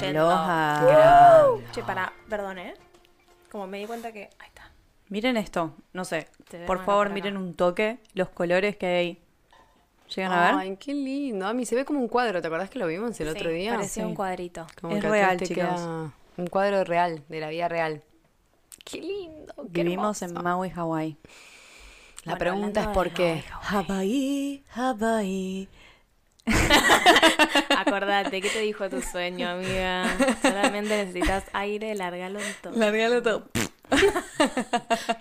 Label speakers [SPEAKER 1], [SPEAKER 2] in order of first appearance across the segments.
[SPEAKER 1] yendo.
[SPEAKER 2] Aloha.
[SPEAKER 1] Gran. Che, pará, perdón, ¿eh? Como me di cuenta que. Ahí está.
[SPEAKER 2] Miren esto, no sé.
[SPEAKER 1] Te veo
[SPEAKER 2] Por
[SPEAKER 1] acá por
[SPEAKER 2] favor,
[SPEAKER 1] acá.
[SPEAKER 2] miren un toque los colores que hay ahí. ¿Llegan a ver?
[SPEAKER 3] Ay, qué lindo. A mí se ve como un cuadro. ¿Te acordás que lo vimos el otro
[SPEAKER 1] Sí,
[SPEAKER 3] día?
[SPEAKER 1] Parecía
[SPEAKER 2] Sí.
[SPEAKER 1] un cuadrito.
[SPEAKER 3] Como
[SPEAKER 2] Es
[SPEAKER 3] que atrás
[SPEAKER 2] real,
[SPEAKER 3] te
[SPEAKER 2] chicos.
[SPEAKER 3] queda Un cuadro real, de la vida real. Qué lindo. Qué
[SPEAKER 2] Vivimos en
[SPEAKER 3] hermoso.
[SPEAKER 2] Maui, Hawái.
[SPEAKER 3] La
[SPEAKER 1] Bueno,
[SPEAKER 3] pregunta es
[SPEAKER 1] hablando de
[SPEAKER 3] por qué.
[SPEAKER 2] Hawái, Hawái.
[SPEAKER 1] Acordate, ¿qué te dijo tu sueño, amiga? Solamente necesitas aire, largalo en todo.
[SPEAKER 2] Largalo todo.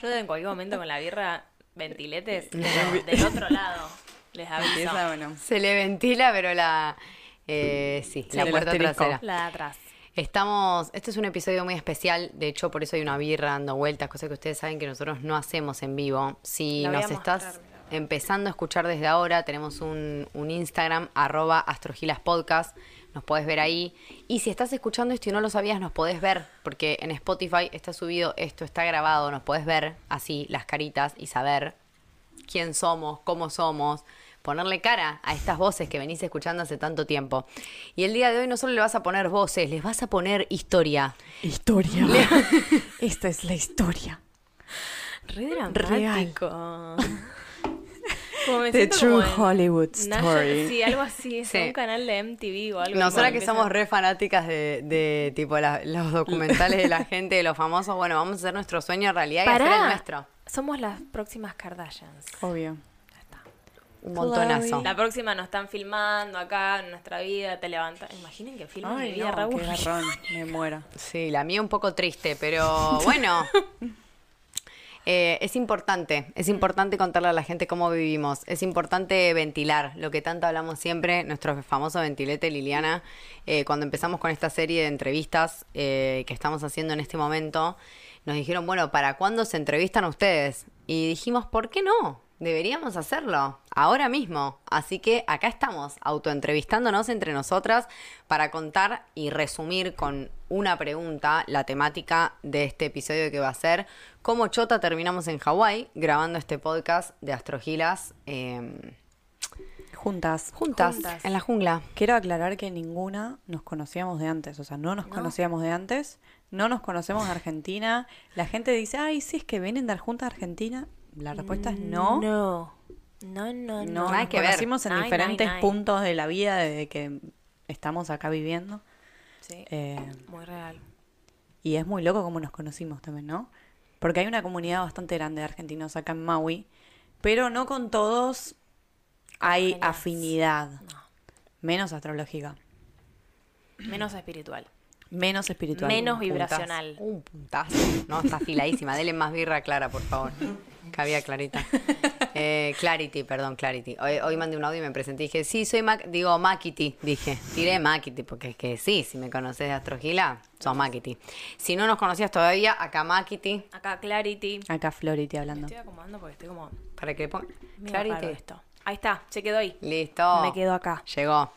[SPEAKER 1] Yo en cualquier momento con la birra, ventiletes pero del otro lado. Les aviso.
[SPEAKER 2] Empieza, bueno.
[SPEAKER 3] Se le ventila, pero la. eh, sí, la
[SPEAKER 2] el
[SPEAKER 3] puerta
[SPEAKER 2] asterisco.
[SPEAKER 3] trasera.
[SPEAKER 1] La de atrás.
[SPEAKER 3] Estamos, este es un episodio muy especial, de hecho por eso hay una birra dando vueltas, cosas que ustedes saben que nosotros no hacemos en vivo. Si
[SPEAKER 1] La voy a
[SPEAKER 3] nos estás
[SPEAKER 1] mostrar, mirá.
[SPEAKER 3] empezando a escuchar desde ahora, tenemos un, un Instagram, arroba astrogilaspodcast, nos podés ver ahí. Y si estás escuchando esto y no lo sabías, nos podés ver, porque en Spotify está subido, esto está grabado, nos podés ver así las caritas y saber quién somos, cómo somos, ponerle cara a estas voces que venís escuchando hace tanto tiempo. Y el día de hoy no solo le vas a poner voces, les vas a poner historia.
[SPEAKER 2] Historia. Esta es la historia.
[SPEAKER 1] Re
[SPEAKER 2] dramático.
[SPEAKER 1] Como me
[SPEAKER 2] The
[SPEAKER 1] siento
[SPEAKER 2] True
[SPEAKER 1] como en
[SPEAKER 2] Hollywood
[SPEAKER 1] National-
[SPEAKER 2] Story.
[SPEAKER 1] sí, algo así. Es
[SPEAKER 3] Sí.
[SPEAKER 1] un canal de MTV o algo
[SPEAKER 3] Nosotras
[SPEAKER 1] como
[SPEAKER 3] que
[SPEAKER 1] empieza-
[SPEAKER 3] somos re fanáticas de, de, tipo la- los documentales de la gente, de los famosos, bueno, vamos a hacer nuestro sueño realidad y hacer el
[SPEAKER 1] Pará.
[SPEAKER 3] nuestro.
[SPEAKER 1] Somos las próximas Kardashians.
[SPEAKER 2] Obvio.
[SPEAKER 1] Ya está.
[SPEAKER 3] Un montonazo.
[SPEAKER 1] La próxima nos están filmando acá en nuestra vida, te levantan. Imaginen que filman mi vida,
[SPEAKER 2] no,
[SPEAKER 1] Raúl.
[SPEAKER 2] qué garrón. Me muero.
[SPEAKER 3] Sí, la mía un poco triste, pero bueno. Eh, es importante, es importante contarle a la gente cómo vivimos, es importante ventilar lo que tanto hablamos siempre, nuestro famoso ventilete Liliana, Eh, cuando empezamos con esta serie de entrevistas eh, que estamos haciendo en este momento, nos dijeron, bueno, ¿para cuándo se entrevistan ustedes? Y dijimos, ¿por qué no? Deberíamos hacerlo ahora mismo. Así que acá estamos, autoentrevistándonos entre nosotras para contar y resumir con una pregunta la temática de este episodio que va a ser cómo Chota terminamos en Hawái grabando este podcast de Astrogilas eh,
[SPEAKER 2] Juntas.
[SPEAKER 3] juntas,
[SPEAKER 1] Juntas.
[SPEAKER 3] en la jungla.
[SPEAKER 2] Quiero aclarar que ninguna nos conocíamos de antes, o sea, no nos conocíamos de antes, no nos conocemos de Argentina. La gente dice, ay, sí, es que vienen de juntas a Argentina. La respuesta es no. No,
[SPEAKER 1] No. No, no, no.
[SPEAKER 3] nada
[SPEAKER 2] nos
[SPEAKER 3] que ver.
[SPEAKER 2] conocimos en
[SPEAKER 1] Nine,
[SPEAKER 2] diferentes
[SPEAKER 1] nine, nine.
[SPEAKER 2] puntos de la vida desde que estamos acá viviendo.
[SPEAKER 1] Sí,
[SPEAKER 2] Eh,
[SPEAKER 1] muy real.
[SPEAKER 2] y es muy loco cómo nos conocimos también, ¿no? Porque hay una comunidad bastante grande de argentinos acá en Maui, pero no con todos hay
[SPEAKER 1] Afinidades.
[SPEAKER 2] afinidad,
[SPEAKER 1] No.
[SPEAKER 2] menos astrológica,
[SPEAKER 1] Menos espiritual.
[SPEAKER 2] menos espiritual.
[SPEAKER 1] Menos
[SPEAKER 3] Puntas.
[SPEAKER 1] vibracional.
[SPEAKER 3] Un puntazo. No, está afiladísima. Dele más birra a Clara, por favor. Cabía Clarita. Eh, Clarity, perdón, Clarity. Hoy, hoy mandé un audio y me presenté y dije, sí, soy Mac, digo Makiti, dije. Tiré Makiti, porque es que sí, si me conoces de Astrogila, sos Makiti. Si no nos conocías todavía, acá Makiti,
[SPEAKER 1] Acá Clarity.
[SPEAKER 2] Acá Flority hablando.
[SPEAKER 1] Estoy acomodando porque estoy como.
[SPEAKER 3] para que le ponga.
[SPEAKER 1] medio raro
[SPEAKER 3] Clarity.
[SPEAKER 1] esto. Ahí está, se quedó ahí.
[SPEAKER 3] Listo.
[SPEAKER 1] Me quedo acá.
[SPEAKER 3] Llegó.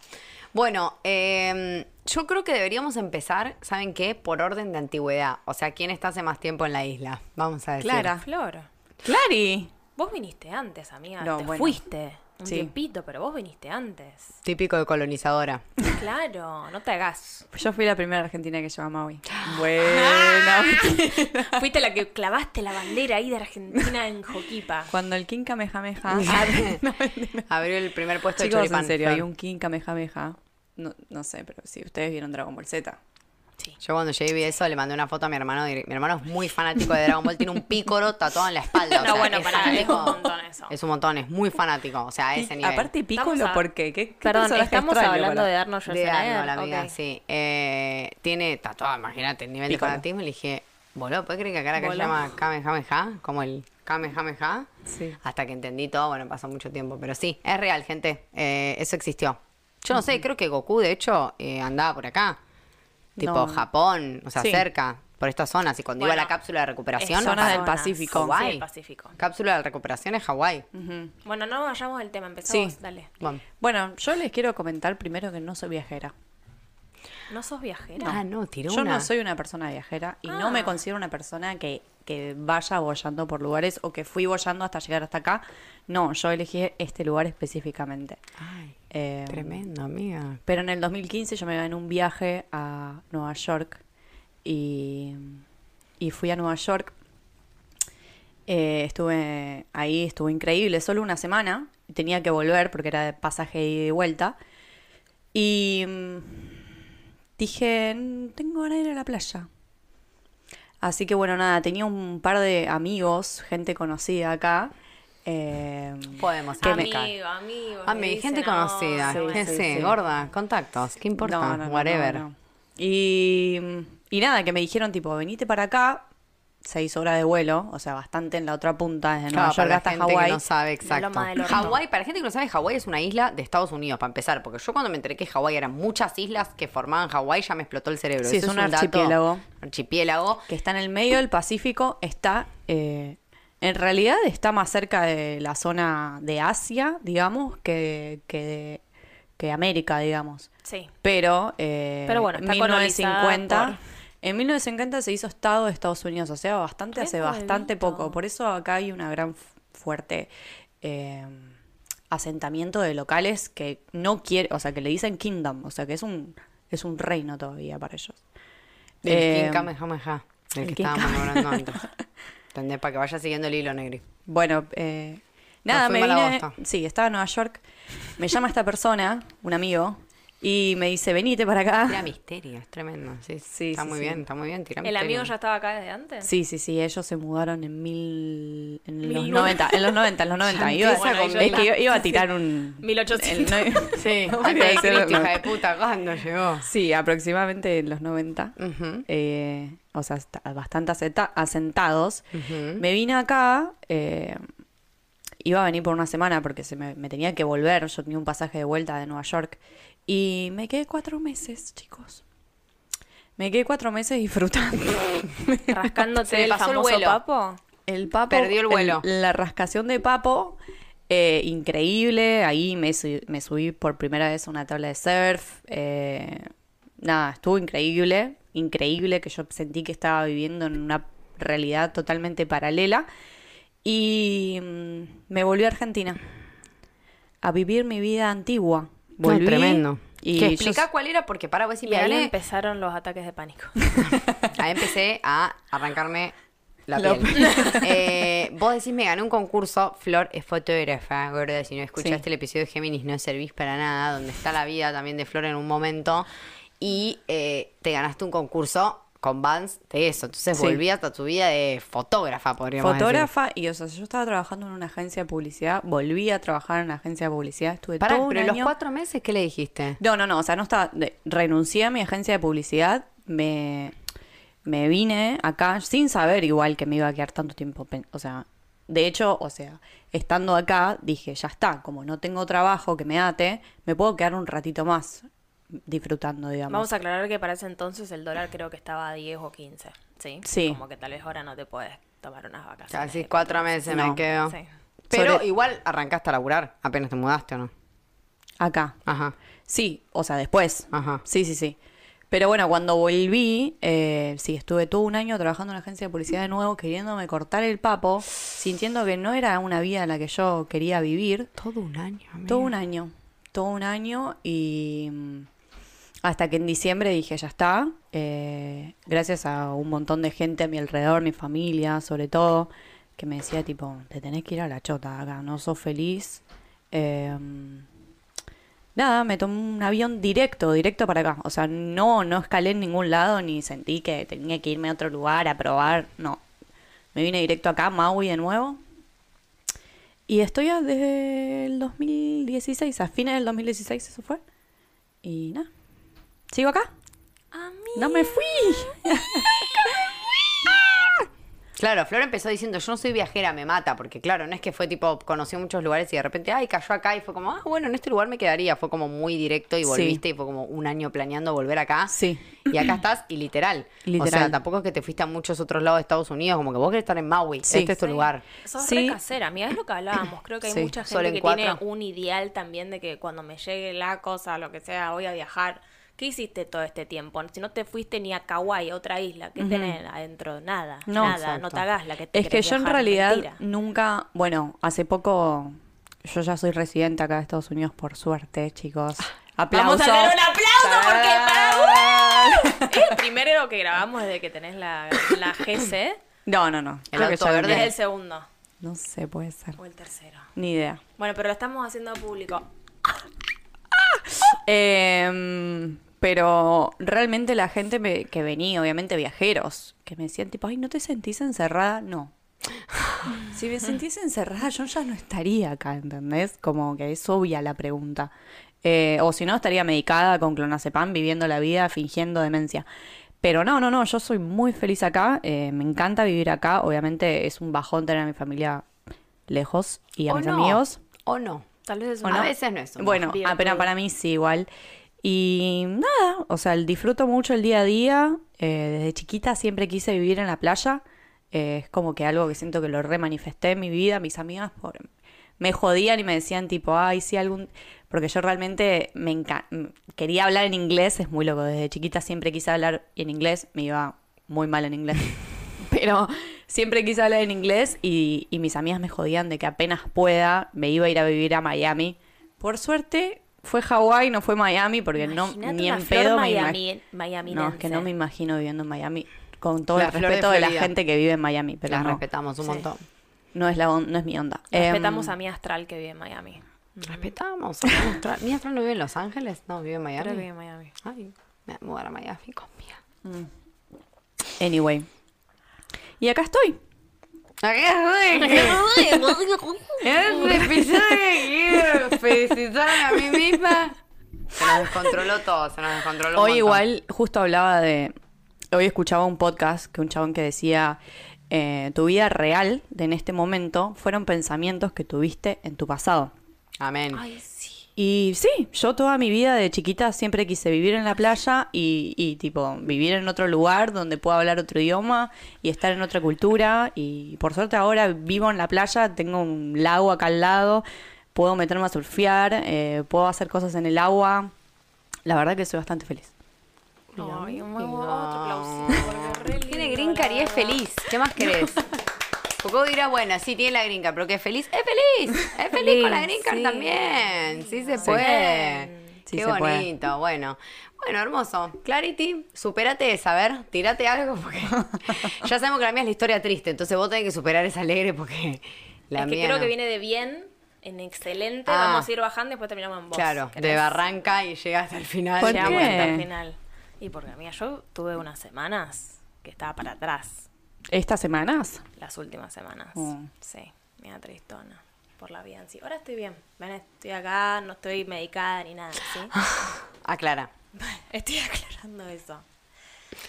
[SPEAKER 3] Bueno, eh, yo creo que deberíamos empezar, ¿saben qué? Por orden de antigüedad. O sea, ¿quién está hace más tiempo en la isla? Vamos a decir.
[SPEAKER 2] Clara.
[SPEAKER 1] Flor,
[SPEAKER 2] ¡Clari!
[SPEAKER 1] vos viniste antes, amiga.
[SPEAKER 2] No,
[SPEAKER 1] Te
[SPEAKER 2] bueno.
[SPEAKER 1] fuiste un
[SPEAKER 2] Sí.
[SPEAKER 1] tiempito, pero vos viniste antes.
[SPEAKER 3] Típico de colonizadora.
[SPEAKER 1] Claro, no te hagas.
[SPEAKER 2] Yo fui la primera argentina que llegó a Maui. Bueno.
[SPEAKER 1] Fuiste la que clavaste la bandera ahí de Argentina en Joquipa.
[SPEAKER 2] Cuando el King Kamehameha.
[SPEAKER 3] Abrió el primer puesto de
[SPEAKER 2] Chicos,
[SPEAKER 3] choripán.
[SPEAKER 2] en serio,
[SPEAKER 3] Flor.
[SPEAKER 2] hay un King Kamehameha. No, no sé, pero si ustedes vieron Dragon Ball Z.
[SPEAKER 1] Sí.
[SPEAKER 3] Yo cuando llegué y vi eso le mandé una foto a mi hermano. y Mi hermano es muy fanático de Dragon Ball. Tiene un pícoro tatuado en la espalda. o
[SPEAKER 1] No,
[SPEAKER 3] sea,
[SPEAKER 1] bueno,
[SPEAKER 3] es
[SPEAKER 1] pará, es
[SPEAKER 3] fanático.
[SPEAKER 1] un montón eso.
[SPEAKER 3] Es un montón, es muy fanático. O sea, a ese
[SPEAKER 2] Y-
[SPEAKER 3] nivel.
[SPEAKER 2] Aparte,
[SPEAKER 1] Estamos
[SPEAKER 2] Piccolo,
[SPEAKER 1] a-
[SPEAKER 2] ¿por qué? ¿Qué, qué
[SPEAKER 1] Perdón,
[SPEAKER 2] personaje
[SPEAKER 1] estamos
[SPEAKER 2] extraño
[SPEAKER 1] hablando
[SPEAKER 2] para-
[SPEAKER 1] de darnos yo
[SPEAKER 3] de Arnold, amiga, sí. Eh, tiene tatuado, imagínate el nivel
[SPEAKER 2] Pícolo.
[SPEAKER 3] de fanatismo. Y le dije, boludo, ¿puedes creer que acá la calle se
[SPEAKER 1] Boludo.
[SPEAKER 3] llama Kamehameha? Como el Kamehameha.
[SPEAKER 2] Sí.
[SPEAKER 3] Hasta que entendí todo, bueno, pasó mucho tiempo. Pero sí, es real, gente. Eh, eso existió. Yo no sé, creo que Goku, de hecho, eh, andaba por acá. Tipo
[SPEAKER 2] No.
[SPEAKER 3] Japón, o sea,
[SPEAKER 2] Sí.
[SPEAKER 3] cerca, por estas zonas. Y cuando iba
[SPEAKER 1] Bueno,
[SPEAKER 3] la cápsula de recuperación,
[SPEAKER 1] es
[SPEAKER 2] Zona del
[SPEAKER 1] zonas.
[SPEAKER 2] Pacífico.
[SPEAKER 1] Sí,
[SPEAKER 3] Hawái.
[SPEAKER 1] el Pacífico.
[SPEAKER 3] cápsula de recuperación es Hawái.
[SPEAKER 1] Bueno, no vayamos al tema, empezamos.
[SPEAKER 2] Sí.
[SPEAKER 1] Dale.
[SPEAKER 3] Bueno,
[SPEAKER 2] Bueno, yo les quiero comentar primero que no soy viajera.
[SPEAKER 1] ¿No sos viajera?
[SPEAKER 3] Ah, no, tiró
[SPEAKER 2] Yo
[SPEAKER 3] una.
[SPEAKER 2] no soy una persona viajera y no me
[SPEAKER 1] Ah.
[SPEAKER 2] considero una persona que, que vaya bollando por lugares o que fui bollando hasta llegar hasta acá. No, yo elegí este lugar específicamente.
[SPEAKER 3] Ay,
[SPEAKER 2] Eh,
[SPEAKER 3] tremendo, amiga.
[SPEAKER 2] pero en el 2015 yo me iba en un viaje a Nueva York y, y fui a Nueva York. Eh, estuve ahí, estuvo increíble, solo una semana. Tenía que volver porque era de pasaje de ida y vuelta. Y mm, dije, "Mm, tengo ganas de ir a la playa. Así que bueno, nada, tenía un par de amigos, gente conocida acá. eh,
[SPEAKER 3] Podemos
[SPEAKER 2] que me-
[SPEAKER 1] amigo, amigo. amigos
[SPEAKER 3] A
[SPEAKER 1] me
[SPEAKER 3] mí,
[SPEAKER 1] dicen,
[SPEAKER 3] Ah,
[SPEAKER 1] "Oh,
[SPEAKER 3] gente
[SPEAKER 1] "No,
[SPEAKER 3] conocida,
[SPEAKER 1] no me-
[SPEAKER 3] sí,
[SPEAKER 2] sí, sí.
[SPEAKER 3] gorda, contactos, ¿qué importa?
[SPEAKER 2] No, no, no,
[SPEAKER 3] Whatever.
[SPEAKER 2] no, no. Y, y nada, que me dijeron, tipo, venite para acá, seis horas de vuelo, o sea, bastante en la otra punta, desde Nueva
[SPEAKER 3] Claro, para
[SPEAKER 2] York
[SPEAKER 3] la
[SPEAKER 2] hasta
[SPEAKER 3] gente
[SPEAKER 2] Hawái.
[SPEAKER 3] que no sabe exacto.
[SPEAKER 1] Loma del Orto.
[SPEAKER 3] Hawái, para la gente que no sabe, Hawái es una isla de Estados Unidos, para empezar, porque yo cuando me enteré que Hawái eran muchas islas que formaban Hawái, ya me explotó el cerebro.
[SPEAKER 2] Sí,
[SPEAKER 3] Eso
[SPEAKER 2] es un
[SPEAKER 3] dato-
[SPEAKER 2] archipiélago.
[SPEAKER 3] archipiélago.
[SPEAKER 2] Que está en el medio del Pacífico, está, eh, en realidad está más cerca de la zona de Asia, digamos, que, que, de- que de América, digamos.
[SPEAKER 1] Sí.
[SPEAKER 2] Pero, eh,
[SPEAKER 1] Pero bueno, está colonizada por-
[SPEAKER 2] en 1950 se hizo Estado de Estados Unidos, o sea, bastante
[SPEAKER 1] Re
[SPEAKER 2] hace bastante
[SPEAKER 1] nuevito.
[SPEAKER 2] poco. Por eso acá hay una gran fu- fuerte eh, asentamiento de locales que no quiere, o sea, que le dicen kingdom, o sea, que es un es un reino todavía para ellos.
[SPEAKER 3] Del
[SPEAKER 2] Eh,
[SPEAKER 3] King Kamehameha, del
[SPEAKER 2] el
[SPEAKER 3] que
[SPEAKER 2] King
[SPEAKER 3] estábamos
[SPEAKER 2] Kamehameha.
[SPEAKER 3] hablando antes. ¿Entendés? Para que vaya siguiendo el hilo negro.
[SPEAKER 2] Bueno, eh, nada,
[SPEAKER 3] fue
[SPEAKER 2] me
[SPEAKER 3] mala
[SPEAKER 2] vine-
[SPEAKER 3] bosta.
[SPEAKER 2] Sí, estaba en Nueva York. Me llama esta persona, un amigo, y me dice, venite para acá.
[SPEAKER 3] Tira misterio, es tremendo. Sí,
[SPEAKER 2] Sí,
[SPEAKER 3] está
[SPEAKER 2] sí,
[SPEAKER 3] muy
[SPEAKER 2] sí.
[SPEAKER 3] bien, está muy bien. Tira
[SPEAKER 1] ¿El
[SPEAKER 3] misterio.
[SPEAKER 1] amigo ya estaba acá desde antes?
[SPEAKER 2] Sí, sí, sí, ellos se mudaron en mil... En los
[SPEAKER 1] Mil-
[SPEAKER 2] 90, en los 90, en los 90. Iba,
[SPEAKER 3] empieza
[SPEAKER 2] es
[SPEAKER 1] con-
[SPEAKER 2] que iba, iba a tirar un...
[SPEAKER 1] 1800.
[SPEAKER 2] el no-
[SPEAKER 3] Sí,
[SPEAKER 2] Antes de
[SPEAKER 3] antes de Cristo,
[SPEAKER 2] ser-
[SPEAKER 3] hija de puta, ¿cuándo llegó?
[SPEAKER 2] sí, aproximadamente en los 90.
[SPEAKER 3] Ujú.
[SPEAKER 2] Eh, o sea, está- bastante aseta- asentados. Me vine acá, eh, iba a venir por una semana porque se me, me tenía que volver, yo tenía un pasaje de vuelta de Nueva York. Y me quedé cuatro meses, chicos. Me quedé cuatro meses disfrutando.
[SPEAKER 3] Se
[SPEAKER 1] Rascándote
[SPEAKER 3] le
[SPEAKER 1] el
[SPEAKER 3] pasó el
[SPEAKER 1] famoso
[SPEAKER 3] vuelo.
[SPEAKER 1] papo.
[SPEAKER 2] El papo.
[SPEAKER 3] Perdió el vuelo.
[SPEAKER 2] la rascación de papo, eh, increíble. Ahí me, su- me subí por primera vez a una tabla de surf. eh, nada, estuvo increíble. Increíble que yo sentí que estaba viviendo en una realidad totalmente paralela. Y mm, me volví a Argentina a vivir mi vida antigua.
[SPEAKER 3] Muy
[SPEAKER 2] Volví
[SPEAKER 3] tremendo.
[SPEAKER 2] Y
[SPEAKER 3] que
[SPEAKER 2] yo-
[SPEAKER 3] explica cuál era, porque para vos si
[SPEAKER 1] Y
[SPEAKER 3] me
[SPEAKER 1] ahí
[SPEAKER 3] gané,
[SPEAKER 1] empezaron los ataques de pánico.
[SPEAKER 3] ahí empecé a arrancarme la
[SPEAKER 2] La-
[SPEAKER 3] piel. Eh, vos decís, me gané un concurso, Flor es fotógrafa, gorda, si no escuchaste
[SPEAKER 2] Sí.
[SPEAKER 3] el episodio de Géminis no servís para nada, donde está la vida también de Flor en un momento, y eh, te ganaste un concurso con Vans de eso, entonces
[SPEAKER 2] Sí.
[SPEAKER 3] volvías a tu vida de fotógrafa, podríamos decir.
[SPEAKER 2] Fotógrafa, y o sea, yo estaba trabajando en una agencia de publicidad, volví a trabajar en una agencia de publicidad, estuve
[SPEAKER 3] Pará,
[SPEAKER 2] todo un
[SPEAKER 3] pero los
[SPEAKER 2] año-
[SPEAKER 3] cuatro meses, ¿qué le dijiste?
[SPEAKER 2] No, no, no, o sea, no estaba. de- renuncié a mi agencia de publicidad, me, me vine acá sin saber igual que me iba a quedar tanto tiempo. pen- O sea, de hecho, o sea, estando acá dije, ya está, como no tengo trabajo que me ate, me puedo quedar un ratito más disfrutando, digamos.
[SPEAKER 1] Vamos a aclarar que para ese entonces el dólar creo que estaba a 10 o 15. ¿Sí?
[SPEAKER 2] Sí.
[SPEAKER 1] Como que tal vez ahora no te puedes tomar unas vacaciones.
[SPEAKER 3] Casi cuatro meses
[SPEAKER 2] No.
[SPEAKER 3] me quedo.
[SPEAKER 1] Sí.
[SPEAKER 3] Pero
[SPEAKER 2] Sobre-
[SPEAKER 3] igual arrancaste a laburar, apenas te mudaste o no.
[SPEAKER 2] Acá.
[SPEAKER 3] Ajá.
[SPEAKER 2] Sí, o sea, después.
[SPEAKER 3] Ajá.
[SPEAKER 2] Sí, sí, sí. Pero bueno, cuando volví, eh, sí, estuve todo un año trabajando en una agencia de publicidad de nuevo, queriéndome cortar el papo, sintiendo que no era una vida la que yo quería vivir.
[SPEAKER 3] Todo un año.
[SPEAKER 2] Todo un año, todo un año y mm, hasta que en diciembre dije, ya está, eh, gracias a un montón de gente a mi alrededor, mi familia sobre todo, que me decía tipo, te tenés que ir a la chota de acá, no sos feliz. Eh, nada, me tomé un avión directo, directo para acá. O sea, no, no escalé en ningún lado ni sentí que tenía que irme a otro lugar a probar, no. Me vine directo acá, Maui de nuevo, y estoy a- desde el 2016, a fines del 2016 eso fue. Y nada. ¿Sigo acá?
[SPEAKER 1] Ah,
[SPEAKER 2] ¡No me fui!
[SPEAKER 3] Claro, Flor empezó diciendo, yo no soy viajera, me mata, porque claro, no es que fue tipo, conoció muchos lugares y de repente, ay, cayó acá y fue como, ah, bueno, en este lugar me quedaría. Fue como muy directo y
[SPEAKER 2] Sí.
[SPEAKER 3] volviste y fue como un año planeando volver acá.
[SPEAKER 2] Sí.
[SPEAKER 3] Y acá estás y literal. O
[SPEAKER 2] Literal.
[SPEAKER 3] sea, tampoco es que te fuiste a muchos otros lados de Estados Unidos, como que vos querés estar en Maui,
[SPEAKER 2] Sí.
[SPEAKER 3] este es tu
[SPEAKER 1] Sí.
[SPEAKER 3] lugar.
[SPEAKER 1] Sos
[SPEAKER 2] Sí.
[SPEAKER 1] re casera, mira, es lo que hablábamos. Creo que hay
[SPEAKER 2] Sí.
[SPEAKER 1] mucha
[SPEAKER 3] Solo
[SPEAKER 1] gente
[SPEAKER 3] en
[SPEAKER 1] que
[SPEAKER 3] cuatro.
[SPEAKER 1] tiene un ideal también de que cuando me llegue la cosa, lo que sea, voy a viajar. ¿Qué hiciste todo este tiempo? Si no te fuiste ni a Kauai, otra isla, ¿qué tenés adentro? Nada,
[SPEAKER 2] No,
[SPEAKER 1] nada,
[SPEAKER 3] exacto.
[SPEAKER 1] no te hagas la que te
[SPEAKER 2] Es que
[SPEAKER 1] querés
[SPEAKER 2] yo en
[SPEAKER 1] viajar,
[SPEAKER 2] realidad
[SPEAKER 1] mentira.
[SPEAKER 2] nunca, bueno, hace poco, yo ya soy residente acá de Estados Unidos, por suerte, chicos. Aplausos.
[SPEAKER 1] Ah, Vamos a dar un aplauso porque uh.
[SPEAKER 2] Tarán.
[SPEAKER 1] Es el primero que grabamos desde que tenés la, la GC.
[SPEAKER 2] No, no, no.
[SPEAKER 3] El
[SPEAKER 2] Creo que
[SPEAKER 3] auto
[SPEAKER 2] ya lo
[SPEAKER 3] verde
[SPEAKER 1] Es
[SPEAKER 2] tiene.
[SPEAKER 1] el segundo
[SPEAKER 2] No sé, puede ser.
[SPEAKER 1] o el tercero.
[SPEAKER 2] Ni idea.
[SPEAKER 1] Bueno, pero lo estamos haciendo público.
[SPEAKER 2] Em, pero realmente la gente me- que venía, obviamente viajeros, que me decían tipo, ay, ¿no te sentís encerrada? No. Si me sentís encerrada, yo ya no estaría acá, ¿entendés? Como que es obvia la pregunta. Eh, o si no, estaría medicada con clonazepam, viviendo la vida, fingiendo demencia. Pero no, no, no, yo soy muy feliz acá, eh, me encanta vivir acá, obviamente es un bajón tener a mi familia lejos y a
[SPEAKER 3] o
[SPEAKER 2] mis
[SPEAKER 3] no,
[SPEAKER 2] amigos.
[SPEAKER 3] O no.
[SPEAKER 1] Tal vez es
[SPEAKER 2] ¿O
[SPEAKER 1] una
[SPEAKER 3] A
[SPEAKER 2] no?
[SPEAKER 3] veces no es un
[SPEAKER 2] Bueno,
[SPEAKER 1] virtud.
[SPEAKER 2] apenas para mí sí, igual. Y nada, o sea, disfruto mucho el día a día. eh, desde chiquita siempre quise vivir en la playa. eh, es como que algo que siento que lo remanifesté en mi vida. Mis amigas por- me jodían y me decían tipo, ay, sí, algún... Porque yo realmente me enca- m- quería hablar en inglés, es muy loco. Desde chiquita siempre quise hablar en inglés, me iba muy mal en inglés. Pero siempre quise hablar en inglés y, y mis amigas me jodían de que apenas pueda me iba a ir a vivir a Miami. Por suerte fue Hawái, no fue Miami, porque no
[SPEAKER 1] Imagínate
[SPEAKER 2] ni
[SPEAKER 1] una
[SPEAKER 2] en
[SPEAKER 1] flor
[SPEAKER 2] pedo me
[SPEAKER 1] Miami,
[SPEAKER 2] imagino.
[SPEAKER 1] Miami.
[SPEAKER 2] No, es que no me imagino viviendo en Miami, con todo
[SPEAKER 3] La
[SPEAKER 2] el
[SPEAKER 3] flor de
[SPEAKER 2] respeto de, la
[SPEAKER 3] Florida.
[SPEAKER 2] gente que vive en Miami, pero
[SPEAKER 3] Las
[SPEAKER 2] no,
[SPEAKER 3] respetamos un
[SPEAKER 1] Sí.
[SPEAKER 3] montón.
[SPEAKER 2] no es la on- no es mi onda. Em,
[SPEAKER 1] Respetamos a mi astral que vive en Miami.
[SPEAKER 3] Respetamos. hablamos tra- Mira, Fran no vive en Los Ángeles, no, vive en Miami.
[SPEAKER 1] Creo que vive en Miami.
[SPEAKER 3] Ay, me voy a mudar a Miami conmigo.
[SPEAKER 2] Em, Anyway. Y acá estoy.
[SPEAKER 3] Ese episodio que felicitar a mí misma. Se nos descontroló todo, se nos descontroló un
[SPEAKER 2] Hoy
[SPEAKER 3] montón.
[SPEAKER 2] igual, justo hablaba de... Hoy escuchaba un podcast que un chabón que decía, eh, tu vida real de en este momento fueron pensamientos que tuviste en tu pasado.
[SPEAKER 3] Amén.
[SPEAKER 1] Ay, sí.
[SPEAKER 2] Y sí, yo toda mi vida de chiquita siempre quise vivir en la playa y, y, tipo vivir en otro lugar donde pueda hablar otro idioma y estar en otra cultura. Y por suerte ahora vivo en la playa, tengo un lago acá al lado, puedo meterme a surfear, eh, puedo hacer cosas en el agua. La verdad que soy bastante feliz.
[SPEAKER 1] Ay, un nuevo- otro aplausito. porque re
[SPEAKER 3] Tiene
[SPEAKER 1] lindo,
[SPEAKER 3] grinca
[SPEAKER 1] la
[SPEAKER 3] y
[SPEAKER 1] verdad.
[SPEAKER 3] es feliz. ¿Qué más querés? Porque dirá, bueno, sí, tiene la grinca, pero que es feliz. ¡Es feliz! ¡Es feliz con la grinca
[SPEAKER 1] Sí.
[SPEAKER 3] también! Sí se puede.
[SPEAKER 2] Sí
[SPEAKER 3] Qué
[SPEAKER 2] se puede.
[SPEAKER 3] bonito, bueno. Bueno, hermoso. Clarity, supérate de saber, tirate algo porque ya sabemos que la mía es la historia triste, entonces vos tenés que superar esa alegre porque la
[SPEAKER 1] es que
[SPEAKER 3] mía
[SPEAKER 1] creo
[SPEAKER 3] no.
[SPEAKER 1] que viene de bien, en excelente.
[SPEAKER 3] Ah.
[SPEAKER 1] Vamos a ir bajando y después terminamos en voz.
[SPEAKER 3] Claro, de
[SPEAKER 1] ¿Querés?
[SPEAKER 3] barranca y llega hasta el final. Ah,
[SPEAKER 2] ¿Por
[SPEAKER 1] Llegamos
[SPEAKER 2] qué?
[SPEAKER 1] hasta el final. Y porque, amiga, yo tuve unas semanas que estaba para atrás.
[SPEAKER 2] ¿Estas semanas?
[SPEAKER 1] Las últimas semanas.
[SPEAKER 2] Mm.
[SPEAKER 1] Sí, mira tristona. Por la vida en sí. Ahora estoy bien. Ven, estoy acá, no estoy medicada ni nada, ¿sí?
[SPEAKER 3] Aclara.
[SPEAKER 1] Estoy aclarando eso.